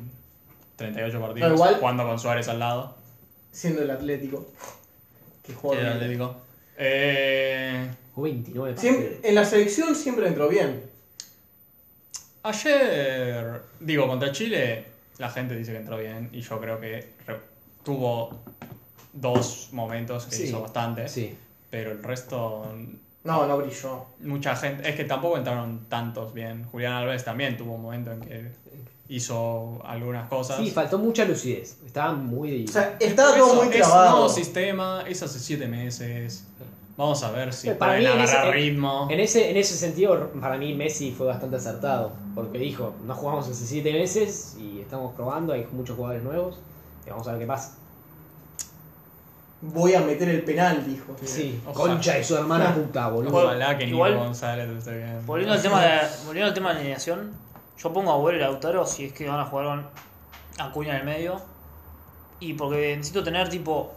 C: 38 partidos.
B: No, igual-
C: Jugando con Suárez al lado.
B: Siendo el Atlético. Que
C: el
B: juega bien.
C: Atlético. Eh,
A: Jugó 29
B: Siempre-
D: ¿Eh?
A: partidos.
B: en la selección siempre entró bien.
C: ayer, digo, contra Chile, la gente dice que entró bien. Y yo creo que re- tuvo dos momentos que
A: Sí.
C: hizo bastante.
A: Sí.
C: Pero el resto,
B: No, no brilló.
C: mucha gente. Es que tampoco entraron tantos bien. Julián Alves también tuvo un momento en que hizo algunas cosas.
A: Sí, faltó mucha lucidez. Estaba muy.
B: O sea, estaba todo
C: Eso,
B: muy
C: es
B: clavado.
C: nuevo sistema, es hace 7 meses. Vamos a ver si
A: Eh, para
C: pueden
A: mí en
C: agarrar
A: ese-
C: ritmo.
A: En ese, en ese sentido, para mí Messi fue bastante acertado, porque dijo, no jugamos hace 7 meses y estamos probando, hay muchos jugadores nuevos, y vamos a ver qué pasa.
B: Voy a meter el penal, dijo.
A: Sí,
C: ojalá.
A: concha de su hermana puta, boludo.
C: Ojalá que
D: Igual-
C: Nico González esté bien.
D: Volviendo al tema de, volviendo al tema de alineación, yo pongo a Agüero y Lautaro si es que van a jugar con Acuña en el medio. Y porque necesito tener tipo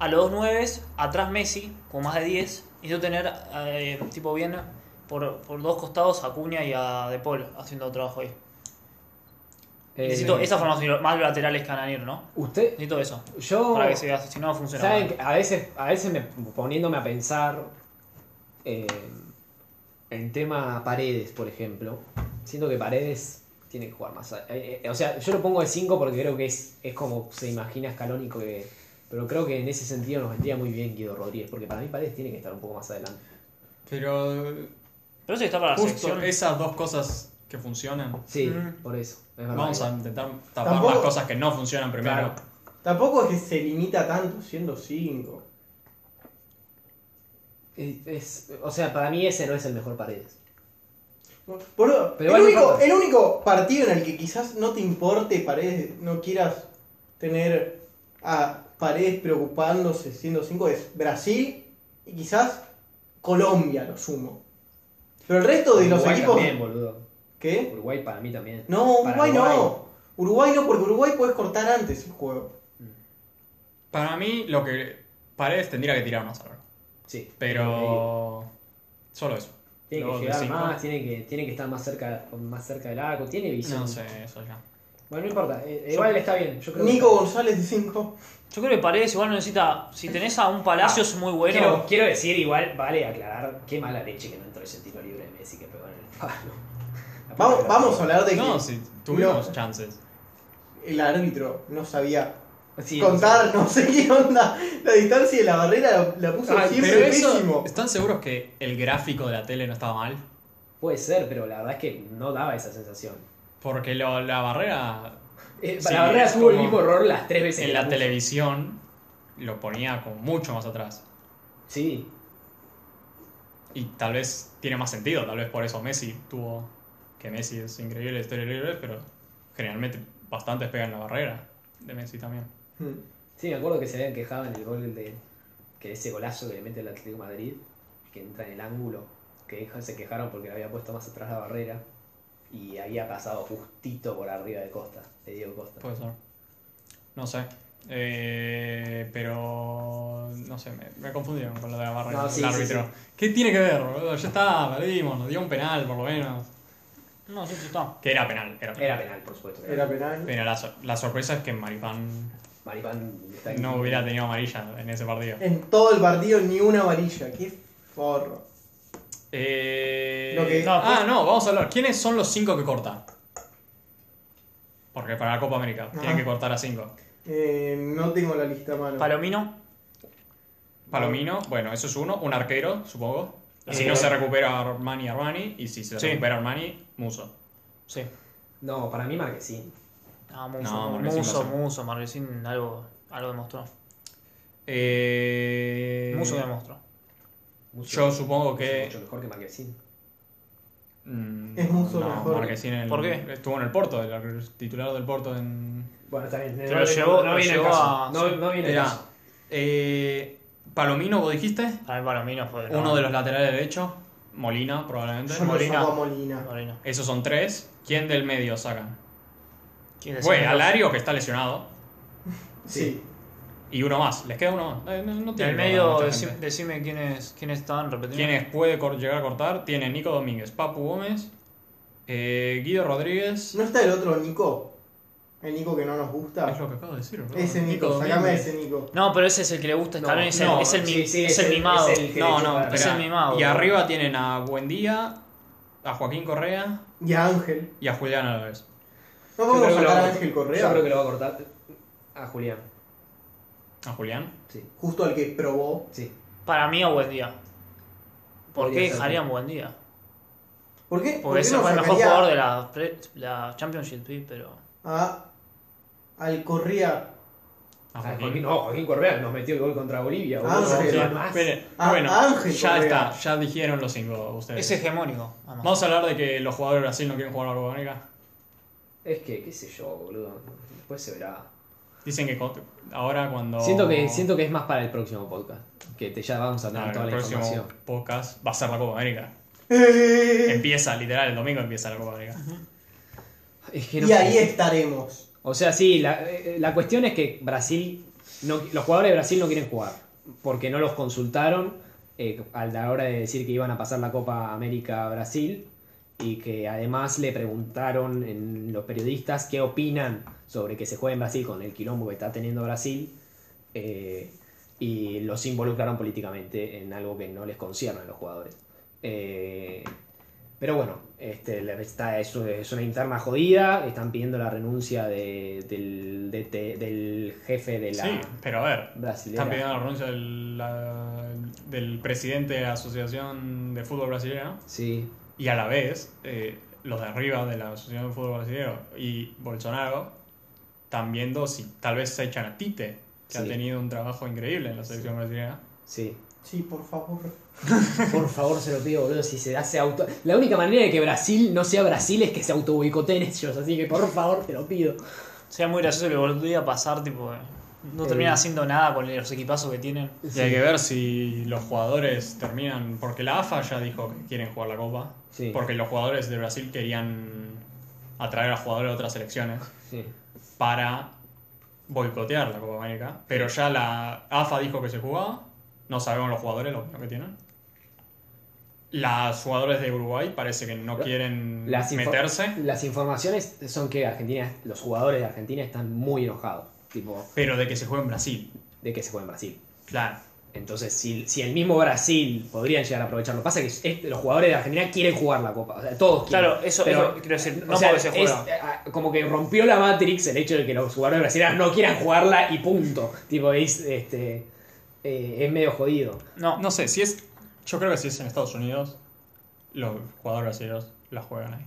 D: a los dos 9, atrás Messi, con más de 10. Necesito tener eh, tipo bien por, por dos costados a Acuña y a De Paul haciendo trabajo ahí.
A: Eh,
D: necesito esa formación, más laterales que Ananier, ¿no?
A: Usted,
D: Necesito eso.
A: yo,
D: Para que se vea, si no funciona.
A: Oh. saben que a veces, a veces me, poniéndome a pensar eh, en tema Paredes, por ejemplo, siento que Paredes tiene que jugar más. eh, eh, o sea, yo lo pongo de 5 porque creo que es, es como se imagina escalónico que... Pero creo que en ese sentido nos vendría muy bien Guido Rodríguez, porque para mí Paredes tiene que estar un poco más adelante.
C: Pero
D: Pero eso está para la
C: justo
D: selección.
C: esas dos cosas que funcionan.
A: Sí,
D: Mm.
A: por eso. es verdad.
C: Vamos a intentar tapar
B: Tampoco-
C: las cosas que no funcionan primero.
A: Claro.
B: Tampoco es que se limita tanto siendo 5.
A: Es- es- o sea, para mí ese no es el mejor Paredes.
B: Boludo,
A: Pero
B: el,
A: igual no
B: único,
A: importa.
B: el único partido en el que quizás no te importe Paredes, no quieras tener a Paredes preocupándose siendo 5 es Brasil y quizás Colombia, lo sumo. Pero el resto de los
A: Uruguay
B: equipos...
A: también, boludo.
B: ¿Qué?
A: Uruguay para mí también.
B: No,
A: Para
B: Uruguay, no. Uruguay no, porque Uruguay puedes cortar antes el juego.
C: Para mí, lo que Paredes tendría que tirar más ahora.
A: Sí.
C: Pero. Solo eso.
A: Tiene
C: Luego
A: que
C: de
A: llegar
C: cinco.
A: más, tiene que, tiene que estar más cerca, más cerca del arco, tiene visión.
C: No sé, eso ya.
A: Bueno, no importa, eh, igual está bien. Yo creo que-
B: Nico González de 5.
D: Yo creo que Paredes igual no necesita. Si tenés a un
A: Ah.
D: Palacios muy bueno.
A: quiero, quiero decir, igual vale aclarar qué mala leche que no entró ese tiro libre de Messi que pegó en el palo. La puta que
B: Vamos,
A: lo
B: vamos a hablar de que
C: No, si tuvimos chances.
B: el árbitro no sabía
A: parió. Sí,
B: contar, no sé qué onda. La distancia de la barrera la, la puso
A: Ay,
B: siempre
C: Pero eso,
B: pésimo.
C: ¿están seguros que el gráfico de la tele no estaba mal?
A: Puede ser, pero la verdad es que no daba esa sensación.
C: Porque lo- la barrera
A: Eh,
C: Sí,
A: la verdad
C: es
A: tuvo el
C: como-
A: mismo error las tres veces. que
C: en la
A: puso.
C: televisión lo ponía como mucho más atrás.
A: Sí,
C: Y tal vez tiene más sentido, tal vez por eso Messi tuvo. Que Messi es increíble, es libre, pero generalmente bastantes pegan la barrera de Messi también.
B: Hmm.
A: sí, me acuerdo que se habían quejado en el gol de que ese golazo que le mete el Atlético de Madrid, que entra en el ángulo, que deja- se quejaron porque le había puesto más atrás la barrera y había pasado justito por arriba de Costa, de Diego Costa.
C: Puede ser. No sé. Eh, pero. No sé, me, me confundieron con lo de la barrera
A: No,
C: del
A: sí, sí,
C: árbitro.
A: sí.
C: ¿Qué tiene que ver? boludo? Ya está, perdimos, nos dio un penal por lo menos.
D: No, sí, sí, está.
C: Que era penal, era penal.
A: Era penal, por supuesto. que
B: Era penal.
C: Pero la, sor- la sorpresa es que Maripán
A: Maripán está
C: No hubiera tenido amarilla en ese partido.
B: En todo el partido ni una amarilla. Qué forro.
C: Eh,
B: Lo que-
C: no, ah, no, vamos a hablar. ¿Quiénes son los cinco que cortan? Porque para la Copa América tienen que cortar a cinco.
B: Eh, no tengo la lista a mano.
D: Palomino,
C: Palomino, bueno, eso es uno. Un arquero, supongo. Y si
D: Eh,
C: no se recupera Armani, Armani. Y si se
D: Sí.
C: recupera Armani, Muso.
D: sí.
A: No, para mí Marquesín.
D: Ah, Muso,
C: No, Marquezín
D: Muso,
C: pasó.
D: Muso, Marquezín algo, algo demostró.
C: Eh,
D: Muso demostró.
A: Mucho-
C: Yo supongo
A: mucho-
C: que.
A: Mucho mejor que Marquesín.
C: mm,
B: Es Muso mejor.
C: Marquezín en el-
D: ¿Por qué?
C: Estuvo en el Porto, el arquero titular del Porto en.
A: Bueno, está bien.
D: Pero llevó- lo
A: viene el
D: llevó
A: caso.
D: a-
A: No, no viene el
C: Era,
A: caso.
C: eh, Palomino, vos dijiste.
D: Para mí Palomino fue
C: Uno de los laterales derecho. Molina, probablemente.
B: Yo
D: Molina.
B: lo saco a Molina.
D: Molina.
C: Esos son tres. ¿Quién del medio sacan?
D: ¿Quién es
C: Güey,
D: el-
C: Alario, que está lesionado.
B: Sí.
C: Y uno más. Les queda uno más. Eh, no, no
D: En
C: tiene
D: el
C: que
D: medio,
C: cortar mucha
D: decime,
C: gente.
D: decime quiénes, quiénes estaban repetidos.
C: ¿Quiénes puede cor- llegar a cortar? Tiene Nico Domínguez, Papu Gómez, eh, Guido Rodríguez.
B: ¿No está el otro Nico? El Nico que no nos gusta.
C: Es lo que acabo de decir, bro.
B: Ese Nico, sacame
C: Domínguez.
B: ese Nico.
D: No, pero ese es el que le gusta a Scaloni, es, el-
A: no,
D: es el, mi-
A: sí, sí,
D: es el mimado.
A: es el que
C: No,
A: le
C: no,
A: chupa la-
D: Es
C: espera.
D: el mimado,
C: Y
D: bro.
C: arriba tienen a Buendía, a Joaquín Correa
B: Y a Ángel.
C: y a Julián Álvarez.
B: No
A: Yo creo
B: podemos
A: que lo
B: sacar
A: va
B: a
A: a-
B: Ángel
A: Yo creo
B: Correa.
A: que lo va a cortar a Julián.
C: ¿A Julián?
A: Sí,
B: Justo al que probó.
A: sí.
D: Para mí, a buen día. ¿Por
A: Podría
D: qué
A: ser.
D: dejarían buen día?
B: ¿Por qué? ¿Por
D: Porque
B: qué
D: ese
B: no
D: fue el mejor
B: sacaría
D: jugador de la, pre- la Championship, sí, pero.
B: a- al Correa?
C: A
A: Ah,
C: Joaquín.
A: Joaquín, no, Joaquín Correa nos metió el gol contra Bolivia. boludo.
B: Ah, sí.
A: Vamos a llevar
B: Sí.
A: más.
C: Espere,
B: Ah,
C: bueno,
B: Ángel
C: ya
B: Correa.
C: está, ya dijeron los cinco ustedes.
D: Es hegemónico. además.
C: Vamos a hablar de que los jugadores de Brasil no quieren jugar a la Copa América.
A: Es que, qué sé yo, boludo. Después se verá.
C: Dicen que con- ahora cuando.
A: Siento, que, siento que es más para el próximo podcast. Que te, ya vamos a
C: Claro,
A: tener toda
C: el
A: la
C: próximo
A: información.
C: podcast va a ser la Copa América.
B: Eh,
C: Empieza, literal, el domingo empieza la Copa América.
A: Es que no
B: Y ahí
A: sé.
B: estaremos.
A: O sea, sí, la, eh, la cuestión es que Brasil. No, los jugadores de Brasil no quieren jugar. Porque no los consultaron eh, a la hora de decir que iban a pasar la Copa América a Brasil. Y que además le preguntaron en los periodistas qué opinan sobre que se juegue en Brasil con el quilombo que está teniendo Brasil. eh, y los involucraron políticamente en algo que no les concierne a los jugadores. Eh, pero bueno, este, la- está, es, es una interna jodida. Están pidiendo la renuncia de- del, de- de- del jefe de la
C: Sí, pero a ver.
A: brasilera.
C: Están pidiendo la renuncia del, la- del presidente de la Asociación de Fútbol Brasileño
A: Sí,
C: y a la vez eh, los de arriba de la Asociación de Fútbol Brasileño y Bolsonaro están viendo si tal vez se echan a Tite, que ha
A: Sí.
C: tenido un trabajo increíble en la selección brasileña.
A: sí.
B: Sí, por favor.
A: Por favor, se lo pido, boludo. Si se hace auto. La única manera de que Brasil no sea Brasil es que se auto ellos. Así que por favor, te lo pido.
D: Sería muy gracioso que volviera a pasar, tipo. eh, No
A: Eh.
D: terminan haciendo nada con los equipazos que tienen.
C: Y hay que ver si los jugadores terminan, porque la AFA ya dijo que quieren jugar la Copa,
A: Sí.
C: porque los jugadores de Brasil querían atraer a jugadores de otras selecciones.
A: Sí.
C: para boicotear la Copa América. Pero ya la AFA dijo que se jugaba. No sabemos los jugadores, lo que tienen. Las jugadores de Uruguay parece que no quieren
A: Las info-
C: meterse.
A: Las informaciones son que Argentina, los jugadores de Argentina están muy enojados. Tipo,
C: Pero de que se juegue en Brasil.
A: de que se juegue en Brasil.
C: Claro.
A: Entonces, si, si el mismo Brasil podrían llegar a aprovecharlo. Pasa que es- es- los jugadores de Argentina quieren jugar la Copa. O sea, todos quieren.
D: Claro, eso,
A: Pero-
D: eso quiero decir, no
A: o sea,
D: porque se
A: es,
D: juega.
A: eh, ah, como que rompió la Matrix el hecho de que los jugadores brasileños no quieran jugarla y punto. Tipo, es, este, eh, es medio jodido.
D: No,
C: No sé, si es. Yo creo que si es en Estados Unidos, los jugadores brasileños la juegan ahí.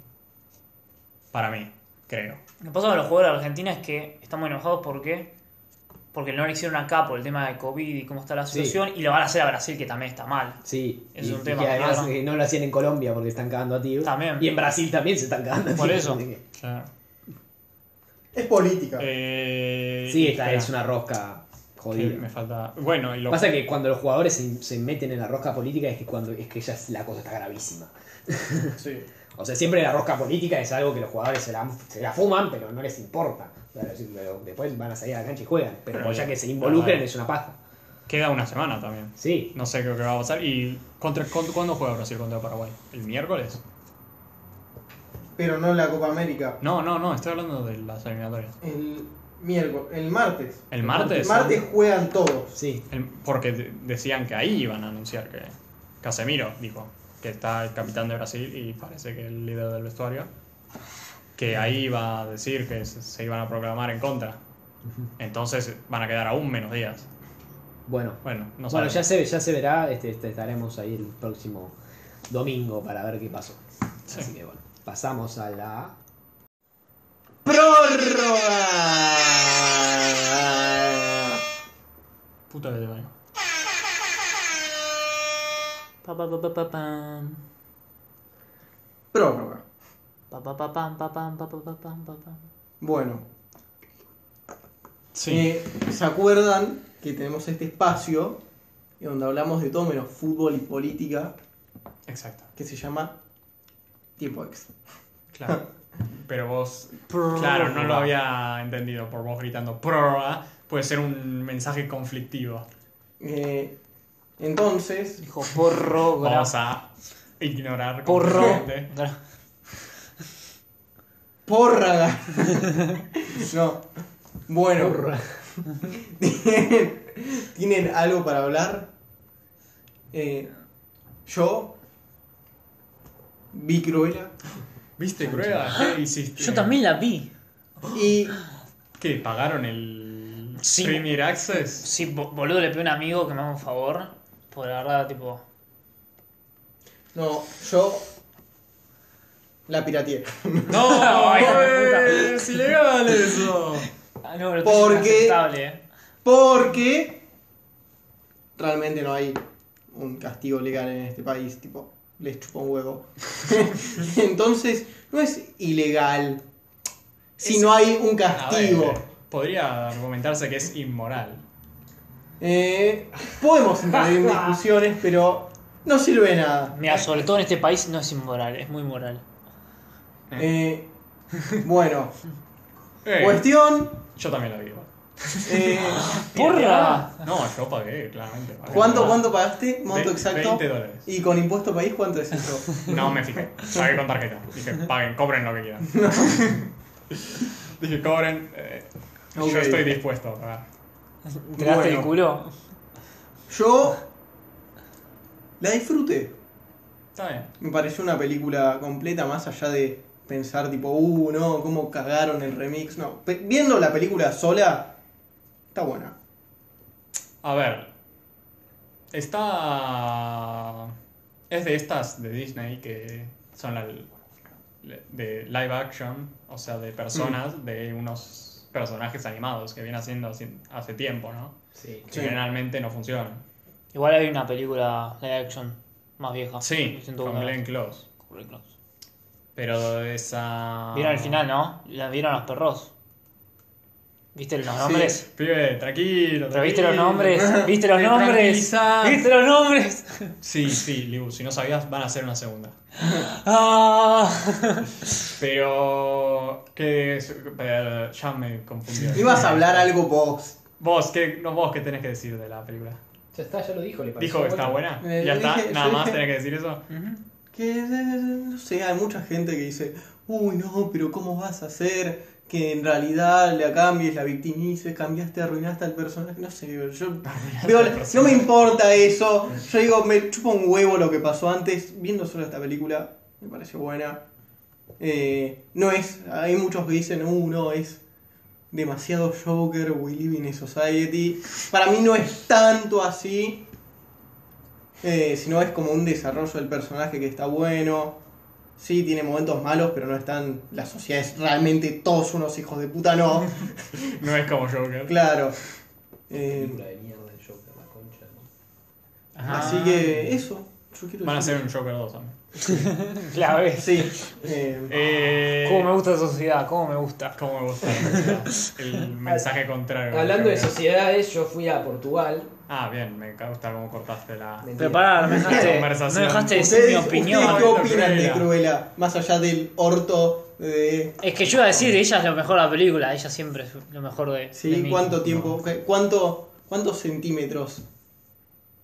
C: Para mí, creo.
D: Lo que pasa con los jugadores de Argentina es que están muy enojados porque porque no lo hicieron acá por el tema de COVID y cómo está la
A: Sí.
D: situación y lo van a hacer a Brasil que también está mal.
A: Sí,
D: Es
A: y,
D: un
A: y
D: tema,
A: que además
D: claro.
A: eh, no lo hacían en Colombia porque están cagando a tiros.
D: También.
A: Y en Brasil también se están cagando a
D: Por
A: tiros,
D: eso.
A: así que-
C: Claro.
B: Es política.
C: Eh,
A: Sí, esta
C: espera,
A: es una rosca
C: que
A: jodida.
C: Me falta. Bueno, y lo
A: Pasa que cuando los jugadores se, se meten en la rosca política es que cuando es que ya es- la cosa está gravísima.
B: Sí.
A: O sea, siempre la rosca política es algo que los jugadores se la, se la fuman, pero no les importa. Pero, pero después van a salir a la cancha y juegan. Pero, pues
C: Pero
A: ya
C: bien.
A: que se involucren
C: Claro.
A: es una paja.
C: queda una semana también.
A: Sí.
C: No sé qué va a pasar. ¿Y contra, con- cuándo juega Brasil contra Paraguay? ¿El miércoles?
B: Pero no en la Copa América.
C: No, no, no, estoy hablando de las eliminatorias.
B: El miércoles, el martes.
C: ¿El martes?
B: El martes juegan todos.
A: Sí.
C: El- porque de- decían que ahí iban a anunciar que Casemiro dijo que está el capitán de Brasil y parece que el líder del vestuario que ahí iba a decir que se, se iban a proclamar en contra. Entonces van a quedar aún menos días.
A: Bueno.
C: Bueno, no
A: bueno,
C: sabemos.
A: ya se, ya se verá. Este, este, estaremos ahí el próximo domingo para ver qué pasó.
C: Sí.
A: Así que bueno. Pasamos a la.
B: ¡Prórroga!
C: Puta que te parió.
D: Pa, pa, pa, pa, pa, pam.
B: Prórroga.
D: Pa, pa, pa, pam, pa, pam, pa, pa, pa, pam, pa, pam.
B: Bueno,
C: Sí.
B: eh, ¿se acuerdan que tenemos este espacio donde hablamos de todo menos fútbol y política
C: Exacto.
B: que se llama Tiempo Extra?
C: Claro. Pero vos, claro, no lo había entendido por vos gritando prórroga. Puede ser un mensaje conflictivo.
B: Eh, entonces,
D: Dijo porro, gra-
C: Vamos a ignorar
D: porro.
C: completamente.
D: gra-
B: pórraga. no, bueno, ¿tienen, tienen algo para hablar? Eh, yo vi Cruella
C: ¿Viste prueba? ¿Qué hiciste?
D: Yo también la vi.
B: y
C: ¿Qué? ¿Pagaron el
D: Sí.
C: Premier Access?
D: Sí, bo- boludo, le pedí a un amigo que me haga un favor. Por la verdad, tipo.
B: no, yo la pirateé.
C: ¡No!
D: Ay, la puta.
C: ¡Es ilegal eso!
D: Ah, no, pero
B: ¿Por
D: es
B: qué?
D: inaceptable, eh.
B: Porque realmente no hay un castigo legal en este país, tipo, les chupa un huevo. Entonces, no es ilegal si
C: Es-
B: no hay un
C: A ver,
B: castigo.
C: podría argumentarse que es inmoral.
B: Eh, podemos entrar en discusiones, pero no sirve de nada.
D: Mira, sobre todo en este país no es inmoral, es muy moral.
B: Eh, bueno,
C: Eh,
B: cuestión.
C: Yo también la vivo.
B: eh,
D: Ah, ¡Porra!
C: No, yo pagué, claramente. pagué.
B: ¿Cuánto, ¿Cuánto pagaste?
C: Ve-
B: Monto exacto.
C: 20 dólares.
B: Y con impuesto país, ¿cuánto es eso?
C: No me fijé. Pagué con tarjeta. Dije, paguen, cobren lo que quieran. Dije, cobren. eh,
B: Ok.
C: Yo estoy dispuesto a pagar.
D: ¿Te daste
B: Bueno.
D: el culo?
B: Yo la disfruté.
C: Está bien.
B: Me pareció una película completa, más allá de pensar tipo, uh, no, cómo cagaron el remix. No, Pe- viendo la película sola, está buena.
C: A ver. Está. Es de estas de Disney que son la, de live action, o sea, de personas, de unos personajes animados que viene haciendo hace, hace tiempo, ¿no?
A: Sí.
C: Que
B: Sí.
C: generalmente no funcionan.
D: Igual hay una película de action más vieja.
C: Sí,
D: Lo Ah, siento,
C: con
D: una-
C: Glenn Close. Ah.
D: con Glenn Close.
C: Pero esa.
D: Vieron el final, ¿no? La vieron los perros. ¿Viste los nombres?
C: Pibe, tranquilo.
D: ¿Pero viste los
C: tranquilo.
D: nombres? ¿Viste los
C: Te
D: nombres?
C: tranquilizás.
D: ¿Viste los nombres?
C: Sí, sí, Liu, si no sabías, van a hacer una segunda.
D: Ah.
C: Pero. ¿Qué es? Eh, Ya me confundí.
B: Ibas a hablar algo vos.
C: Vos, ¿qué, no, vos, ¿qué tenés que decir de la película?
A: Ya está, ya lo dijo, le pareció
C: ¿Dijo que está buena?
B: Eh,
C: ¿Ya
B: yo
C: está?
B: dije-
C: ¿Nada
B: yo
C: más
B: dije-
C: tenés que decir eso?
B: Que, eh, no sé, hay mucha gente que dice, uy, no, pero ¿cómo vas a hacer que en realidad la cambies, la victimices, cambiaste, arruinaste al personaje? No sé, yo veo
C: al
B: la- no me
C: personaje.
B: importa eso. Yo digo, me chupa un huevo lo que pasó antes. Viendo solo esta película, me pareció buena. Eh, no es, hay muchos que dicen, uh, no, es demasiado Joker, we live in a society. Para mí no es tanto así, eh, sino es como un desarrollo del personaje que está bueno. Sí, tiene momentos malos, pero no están. La sociedad es realmente todos unos hijos de puta, no.
C: No es como Joker.
B: Claro. Eh,
A: Película de mierda el Joker, la concha. ¿no?
D: Ah.
B: así que eso. Yo quiero
C: Van a
B: decir-
C: hacer un Joker 2 también.
D: Clave.
B: Sí. eh,
C: Eh,
D: Ah. ¿Cómo me gusta la sociedad? ¿Cómo me gusta?
C: cómo me gusta el mensaje contrario.
A: Hablando de
C: Joker.
A: sociedades, yo fui a Portugal.
C: Ah, bien, me gusta cómo cortaste la.
A: Mentira.
D: Pero pará, no me dejaste, no
C: Conversación.
D: me dejaste decir mi
B: ¿Ustedes, ¿ustedes qué
D: opinión.
B: opinan de
C: Cruella.
B: Cruella? Más allá del orto de.
D: Es que yo iba a decir, ella es lo mejor de la película, ella siempre es lo mejor de. de
B: Sí,
D: mí.
B: ¿cuánto tiempo? ¿Qué- ¿Cuánto, ¿Cuántos centímetros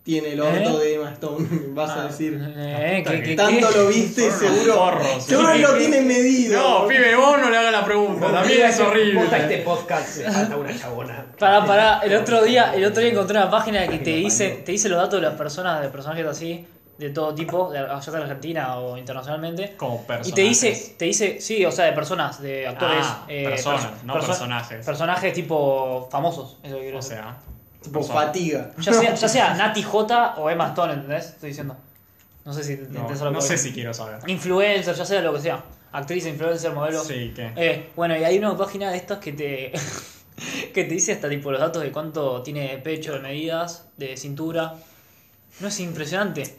B: tiene el orto
D: ¿Eh? Ah,
B: de Emma Stone, vas a decir.
D: Eh,
C: Ah, Puta
D: ¿qué-
C: que
D: qué-
B: Tanto
D: qué?
B: lo viste y
C: Son unos
B: seguro.
C: forros,
B: seguro
C: sí.
B: lo tiene medido.
C: No, pibe, vos no le hagas la pregunta, también es
A: Vota este
C: horrible.
A: podcast, se falta una chabona.
D: Pará, pará, el otro día, el otro día encontré una página que te dice, te dice los datos de las personas, de personajes así, de todo tipo, de allá de Argentina o internacionalmente.
C: Como
D: Y
C: personajes.
D: te dice, te dice, sí, o sea, de personas, de actores. eh,
C: Ah, personas, no personajes.
D: Personajes tipo famosos, eso que quiero
C: O
D: decir.
C: sea,
B: Tipo
C: persona.
B: fatiga.
D: Ya sea, ya sea Nati J o Emma Stone, ¿entendés? Estoy diciendo. No sé si te
C: no,
D: entendés a lo que
C: no
D: voy.
C: sé si quiero saber.
D: Influencer, ya sea lo que sea. Actriz, influencer, modelo.
C: Sí, que.
D: Eh, bueno, y hay una página de estas que te. que te dice hasta tipo los datos de cuánto tiene de pecho, de medidas, de cintura. No es impresionante.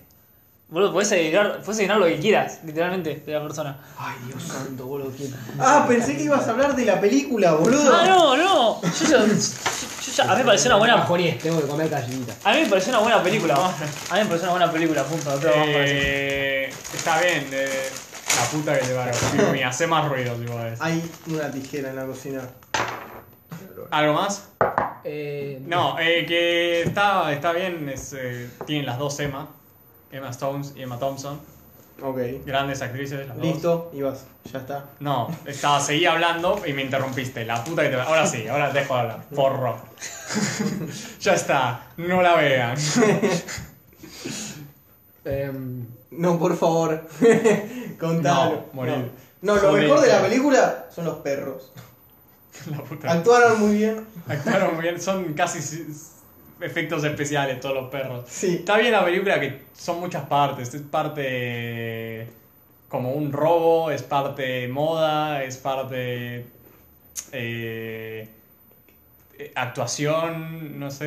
D: Boludo, podés adivinar, podés adivinar lo que quieras, literalmente, de la persona.
A: Ay, Dios santo, boludo. ¿quién?
B: Ah, pensé que ibas a hablar de la película, boludo.
D: ¡Ah, no, no! Yo, ya- yo- yo ya- a mí me pareció una buena.
A: Bajones, tengo que comer gallinita.
D: A mí me pareció una buena película. A mí me pareció una buena película, punto. no tengo más para decir.
C: Eh, está bien, eh, la puta que te parió. Tipo, mira, hace más ruido si
D: Ah.
C: podés.
B: Hay una tijera en la cocina.
C: ¿Algo más?
A: Eh,
C: No, eh, que está, está bien, es, eh, tienen las dos Emma. Emma Stones y Emma Thompson.
B: Ok.
C: Grandes actrices, las dos.
B: Listo, y vas. Ya está.
C: No, estaba, seguí hablando y me interrumpiste. La puta que te. Ahora sí, ahora dejo de hablar. Forro. ya está, no la vean.
A: em,
B: No, por favor. Contalo.
C: No, morir.
B: No, No, lo
C: Morir.
B: mejor de la película son los perros.
C: la puta.
B: Actuaron muy bien.
C: Actuaron muy bien, son casi s- s- efectos especiales todos los perros.
B: Sí.
C: Está bien la película que son muchas partes. Es parte como un robo, es parte moda, es parte eh, eh, actuación, no sé.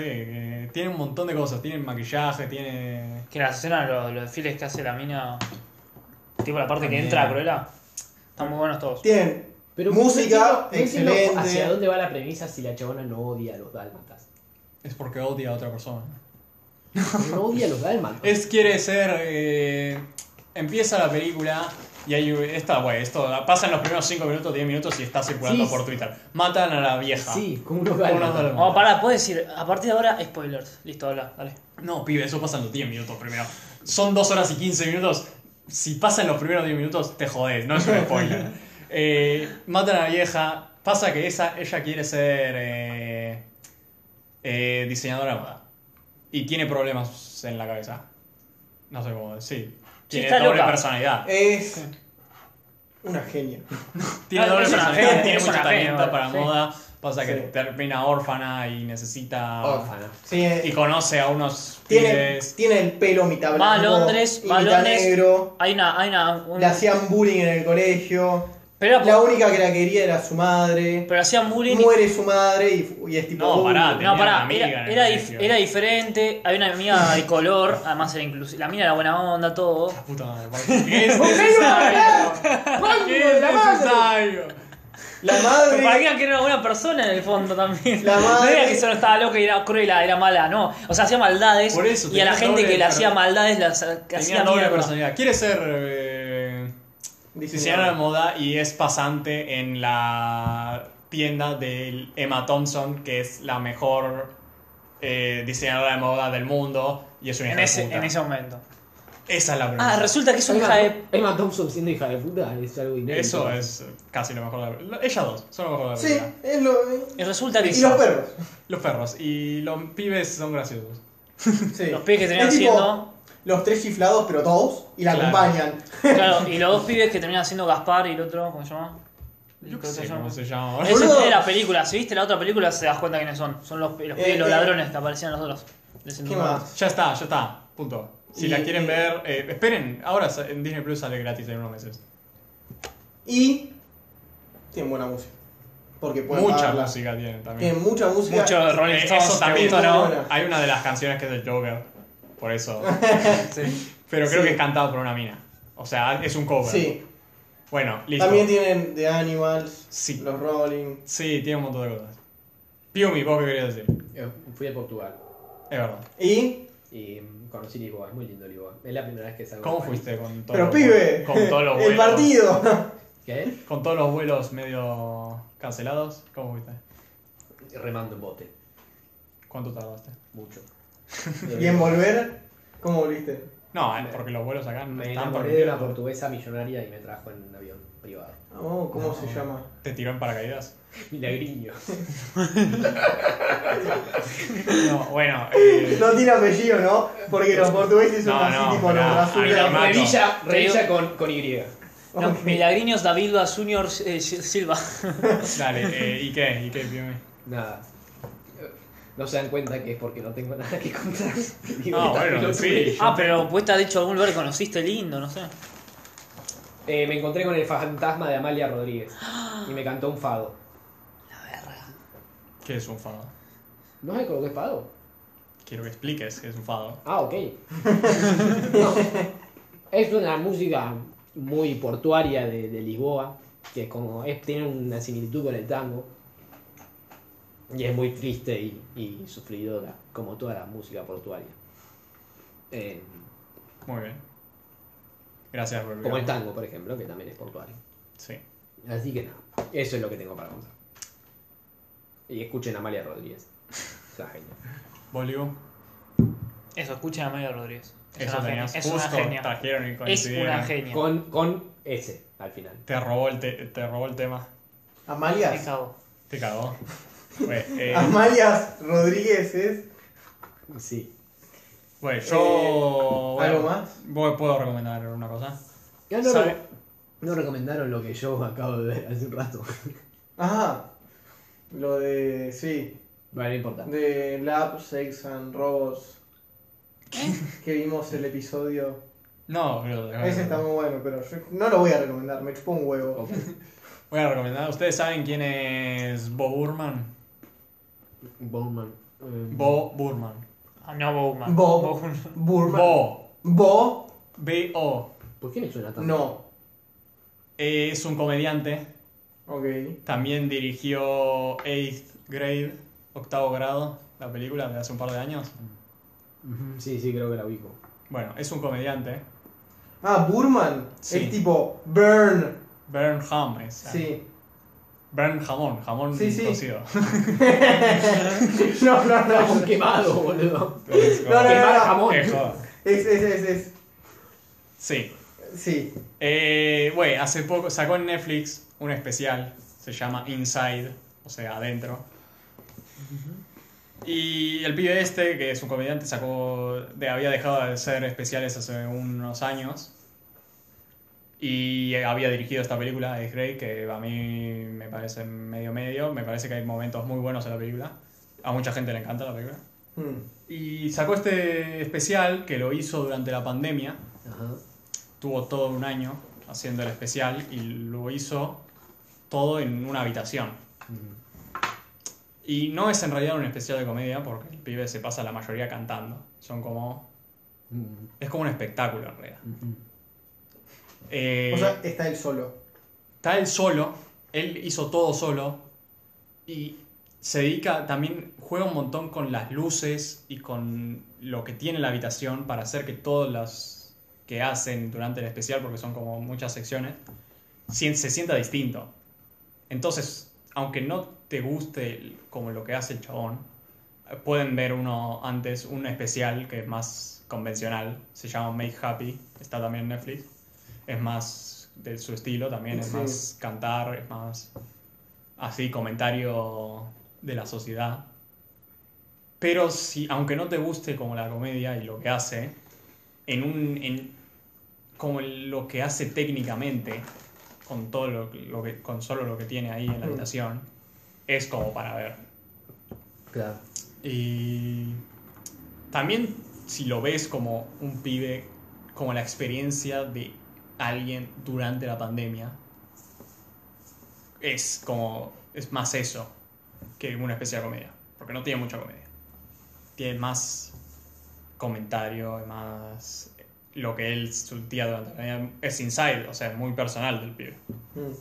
C: eh, tiene un montón de cosas. Tiene maquillaje, tiene...
D: Que la escena, los, los desfiles que hace la mina. Tipo la parte
C: También.
D: que entra a Cruella. Están muy buenos todos.
B: Tienen
A: pero no
B: música
A: entiendo- no entiendo
B: excelente.
A: ¿Hacia dónde va la premisa si la chabona no odia a los dálmatas?
C: Es porque odia a otra persona.
A: Ah. No odia a los dálmatas.
C: Es quiere ser... eh, empieza la película... Y hay esta, güey, esto pasa en los primeros 5 minutos, 10 minutos y está circulando
A: Sí.
C: por Twitter. Matan a la vieja.
A: Sí, como unos
C: Unos
A: dálmatas.
C: dálmatas.
D: Vamos, Oh, pará, puedes decir, a partir de ahora, spoilers. Listo, habla, dale.
C: No, pibe, eso pasa en los 10 minutos primero. Son 2 horas y 15 minutos. Si pasa en los primeros 10 minutos, te jodés, no es un spoiler. Eh, matan a la vieja. Pasa que esa, ella quiere ser eh, eh, diseñadora de moda. Y tiene problemas en la cabeza. No sé cómo decir. Tiene
D: está
C: doble
D: loca.
C: personalidad.
B: Es una genia.
C: Tiene
D: Ah,
C: doble
D: es una
C: personalidad,
D: fe,
C: tiene
D: es
C: mucho
D: una fe,
C: talento
D: ahora,
C: para
D: sí.
C: moda. Pasa que
B: Sí.
C: termina órfana y necesita.
A: Órfana.
B: Sí, eh,
C: Y conoce a unos
B: tiene,
C: pibes.
B: tiene el pelo mitad blanco.
D: Va a Londres,
B: y
D: va a
B: mitad
D: Londres.
B: negro.
D: Hay una, hay una. un-
B: Le hacían bullying en el colegio.
D: Ah. pero,
B: La única que la quería era su madre.
D: pero hacían bullying. y-
B: Muere su madre y, y es tipo. "Uh".
C: No,
B: bullying.
C: pará, tenía
D: no,
C: una
D: pará,
C: amiga
D: era,
C: en el
D: era, dif-
C: colegio.
D: era diferente. Hay una amiga de color, además era inclusiva. La mina era buena onda, todo.
C: Puta madre, ¿por qué? ¿Qué es necesario? ¿Qué es necesario?
B: La
D: Pero
B: madre.
D: parecía que era buena persona en el fondo también.
B: La
D: No
B: madre-
D: era que solo estaba loca y era cruel, era mala, no. O sea, hacía maldades.
C: Por eso,
D: y a la
C: tenía
D: gente
C: doble
D: que le hacía
C: personalidad.
D: maldades, las que
C: Tenía
D: hacía
C: doble
D: mierda.
C: personalidad. Quiere ser eh, diseñadora de moda y es pasante en la tienda de Emma Thompson, que es la mejor eh, diseñadora de moda del mundo. Y es una
D: En
C: hija
D: ese,
C: de puta.
D: en ese momento.
C: Esa es la pregunta.
D: Ah, resulta que es una hija
A: Emma,
D: de.
A: Emma Thompson siendo hija de puta es algo inédito.
C: Eso es casi lo mejor de la Ellas dos son lo mejor de la
B: Sí,
C: película.
B: es lo. eh,
D: y Resulta que
B: Y los perros.
C: Los perros y los pibes son graciosos.
B: Sí.
D: Los pibes que terminan
B: Es tipo
D: siendo-
B: Los tres chiflados, pero todos, y la
C: Claro.
B: acompañan.
D: Claro, y los dos pibes que terminan siendo Gaspar y el otro, ¿cómo se llama?
C: Yo qué
D: Creo que
C: sé
D: se llama.
C: cómo se llama.
D: Ese es
B: Boludo.
D: de la película, si viste la otra película se das cuenta quiénes son. Son los, los, pibes,
B: Eh,
D: los
B: eh.
D: ladrones que aparecían los otros.
B: ¿Qué más?
C: Ya está, ya está. Punto. Si
B: Y-
C: la
B: y-
C: quieren ver, eh, esperen. Ahora sa- en Disney Plus sale gratis en unos meses.
B: Y. Tienen buena música. Porque pueden
C: Mucha
B: pagarla.
C: música tienen también.
B: Tienen mucha música.
D: Muchos de Rolling
C: Eh,
D: Stones,
C: eso
D: ¿te
C: también.
D: gustó, no?
B: Bueno.
C: Hay una de las canciones que es del Joker. Por eso.
D: Sí.
C: Pero creo
B: Sí.
C: que es cantado por una mina. O sea, es un cover.
B: Sí.
C: Bueno, listo.
B: También tienen The Animals,
C: Sí.
B: los Rolling.
C: Sí, tiene un montón de cosas. Piumi, ¿vos qué querías decir?
A: Eh, Fui a Portugal
C: Es verdad.
B: Y.
A: y mm, conocí Lisboa, es muy lindo Lisboa. Es la primera vez que salgo.
C: ¿Cómo
A: del país.
C: fuiste con todos
B: Pero
C: los
B: pibe,
C: vuelos- Con todos los
B: el
C: vuelos.
B: partido.
A: ¿Qué?
C: Con todos los vuelos medio cancelados. ¿Cómo fuiste?
A: Remando en bote.
C: ¿Cuánto tardaste?
A: Mucho.
B: Y en volver, ¿cómo volviste?
C: No, eh, porque los vuelos acá no
A: Me
C: están
A: enamoré de una
C: permitidos.
A: portuguesa millonaria y me trajo en un avión privado.
B: Oh, ¿Cómo se llama?
C: ¿Te tiró en paracaídas?
A: Milagriño.
C: No, bueno. eh,
B: No tiene apellido, ¿no? Porque los portugueses son
C: No,
B: así,
C: no,
B: tipo los
C: mirá,
B: brasileños.
C: Alberto Mato.
A: Revilla, revilla con, con Y.
D: No,
B: Ok.
D: Milagriños Davilda Junior eh, Silva.
C: dale, eh, ¿y qué? ¿Y qué? Pídeme.
A: Nada. No se dan cuenta que es porque no tengo nada que contar. Digo,
C: Ah,
A: está
C: bueno,
A: pelotudo.
C: sí.
D: Ah, pero pues te ha dicho algún lugar que conociste lindo, no sé.
A: Eh, me encontré con el fantasma de Amalia Rodríguez y me cantó un fado.
C: ¿Qué es un fado?
A: ¿No me coloqué fado?
C: Quiero que expliques qué es un fado.
A: Ah, ok. No. Es una música muy portuaria de, de Lisboa, que es como es, tiene una similitud con el tango. Y es muy triste y, y sufridora, como toda la música portuaria. Eh,
C: Muy bien. Gracias por
A: como el tango, por ejemplo, que también es portuario.
C: Sí.
A: Así que nada, eso es lo que tengo para contar. Y escuchen a Amalia Rodríguez. Es una genia.
C: Bolívar.
D: Eso, escuchen a María Rodríguez. Es
C: Eso
D: una genia.
C: tenías
D: Es
C: justo.
D: una genia.
C: Trajeron y
D: Es
C: coincidieron.
D: una genia.
A: Con, con ese, al final.
C: Te robó el, te, te robó el tema.
D: Me
B: Amalias.
D: cago.
C: Te cagó. Güey, eh,
B: Ah, Amalias Rodríguez es.
A: Sí.
C: güey, yo.
B: Eh, ¿algo
C: pues, bueno,
B: más?
C: voy- ¿Puedo recomendar una cosa?
A: Ya no,
C: ¿Sabe?
A: no recomendaron lo que yo acabo de ver hace un rato.
B: Ajá. Ah, Lo de. Sí.
A: Vale, no importa.
B: De Lab, Sex and Robots. Que vimos el episodio.
C: No, boludo, de
B: Ese está
C: verdad.
B: muy bueno, pero yo no lo voy a recomendar, me chupó un
C: Oh.
B: huevo.
C: Voy a recomendar. ¿Ustedes saben quién es Bo Burman?
A: Bowman.
B: Mm.
A: eh,
C: Bo Burman.
D: Ah, No, Bowman.
B: Bo. Burman.
C: Bo.
B: Bo.
C: B-O.
A: ¿Por qué me suena tanto?
B: No.
C: Es un comediante.
B: Ok.
C: También dirigió Eighth Grade, octavo grado, la película de hace un par de años.
A: Ujú, Sí, sí, creo que la ubico.
C: Bueno, es un comediante.
B: Ah, Burman.
C: Sí.
B: Es tipo Burn.
C: Bernham es.
B: Sí.
C: Bern jamón, jamón
B: Sí, sí.
C: cocido.
B: No, no, no.
A: Un quemado, boludo.
C: Es
B: No, no,
C: joda.
A: Quemar
B: no.
A: jamón.
C: Es joda.
B: Es, es, es, es.
C: Sí.
B: Sí.
C: Eh, Güey, hace poco sacó en Netflix un especial. Se llama Inside, o sea, adentro. Y el pibe este, que es un comediante, sacó. de- había dejado de hacer especiales hace unos años. Y había dirigido esta película, Es Grey, que a mí me parece medio medio. Me parece que hay momentos muy buenos en la película. A mucha gente le encanta la película.
B: Hmm.
C: Y sacó este especial que lo hizo durante la pandemia.
A: Ajá.
C: Tuvo todo un año haciendo el especial y lo hizo todo en una habitación.
A: Mm,
C: Y no es en realidad un especial de comedia porque el pibe se pasa la mayoría cantando. Son como.
A: Mm,
C: Es como un espectáculo en realidad.
A: mm,
C: Eh,
B: O sea, está él solo.
C: está él solo, él hizo todo solo y se dedica también, juega un montón con las luces y con lo que tiene la habitación para hacer que todas las que hacen durante el especial, porque son como muchas secciones, sien- se sienta distinto. Entonces, aunque no te guste el- como lo que hace el chabón, eh, pueden ver uno antes, un especial que es más convencional, se llama Make Happy, está también en Netflix, es más de su estilo también, es
B: Sí.
C: más cantar, es más así comentario de la sociedad. Pero si, aunque no te guste como la comedia y lo que hace, en un, en, como lo que hace técnicamente, con todo lo, lo que, con solo lo que tiene ahí en la
B: Mm.
C: habitación, es como para ver.
A: Claro.
C: Y también si lo ves como un pibe, como la experiencia de alguien durante la pandemia, es como, es más eso que una especie de comedia, porque no tiene mucha comedia. Tiene más comentario, es más lo que él sentía durante la pandemia. Es inside, o sea, es muy personal del pibe.
B: Hmm.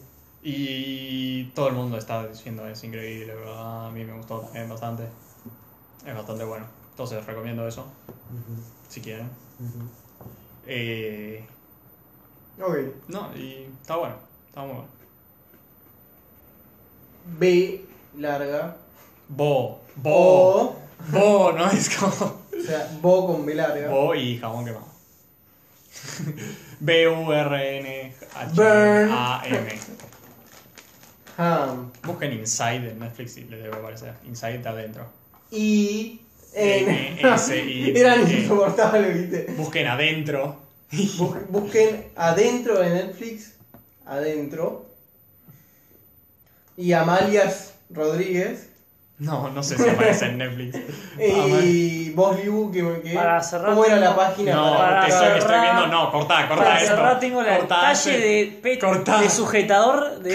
C: Y todo el mundo está diciendo es increíble, ¿verdad? A mí me gustó también bastante. Es bastante bueno. Entonces recomiendo eso,
A: Ujú,
C: si quieren.
A: ujú.
C: Eh,
B: Ok.
C: no, y está bueno. Está muy bueno.
B: B larga.
C: Bo. Bo.
B: O.
C: Bo, no es como.
B: O sea, Bo con B larga.
C: Bo y jabón quemado. B-U-R-N-H-A-M.
B: Ham.
C: Busquen Inside en Netflix y les debe aparecer. Inside está adentro.
B: Y. N.
C: N, S, I,
B: Eran
C: E.
B: insoportables, viste.
C: Busquen adentro.
B: Bus- Busquen adentro de Netflix. Adentro. Y Amalias Rodríguez.
C: No, no sé si aparece en Netflix. Ah,
B: Y vos, Libu, que, que-
D: Para cerrar,
B: ¿cómo era la
D: tengo-
B: página?
C: No,
D: para
C: te estoy,
D: cerrar-
C: estoy viendo. No, cortá, cortá
D: Para
C: esto.
D: cerrar tengo la- el
C: Cortá,
D: talle
C: sí.
D: de, pe-
C: Cortá.
D: de sujetador de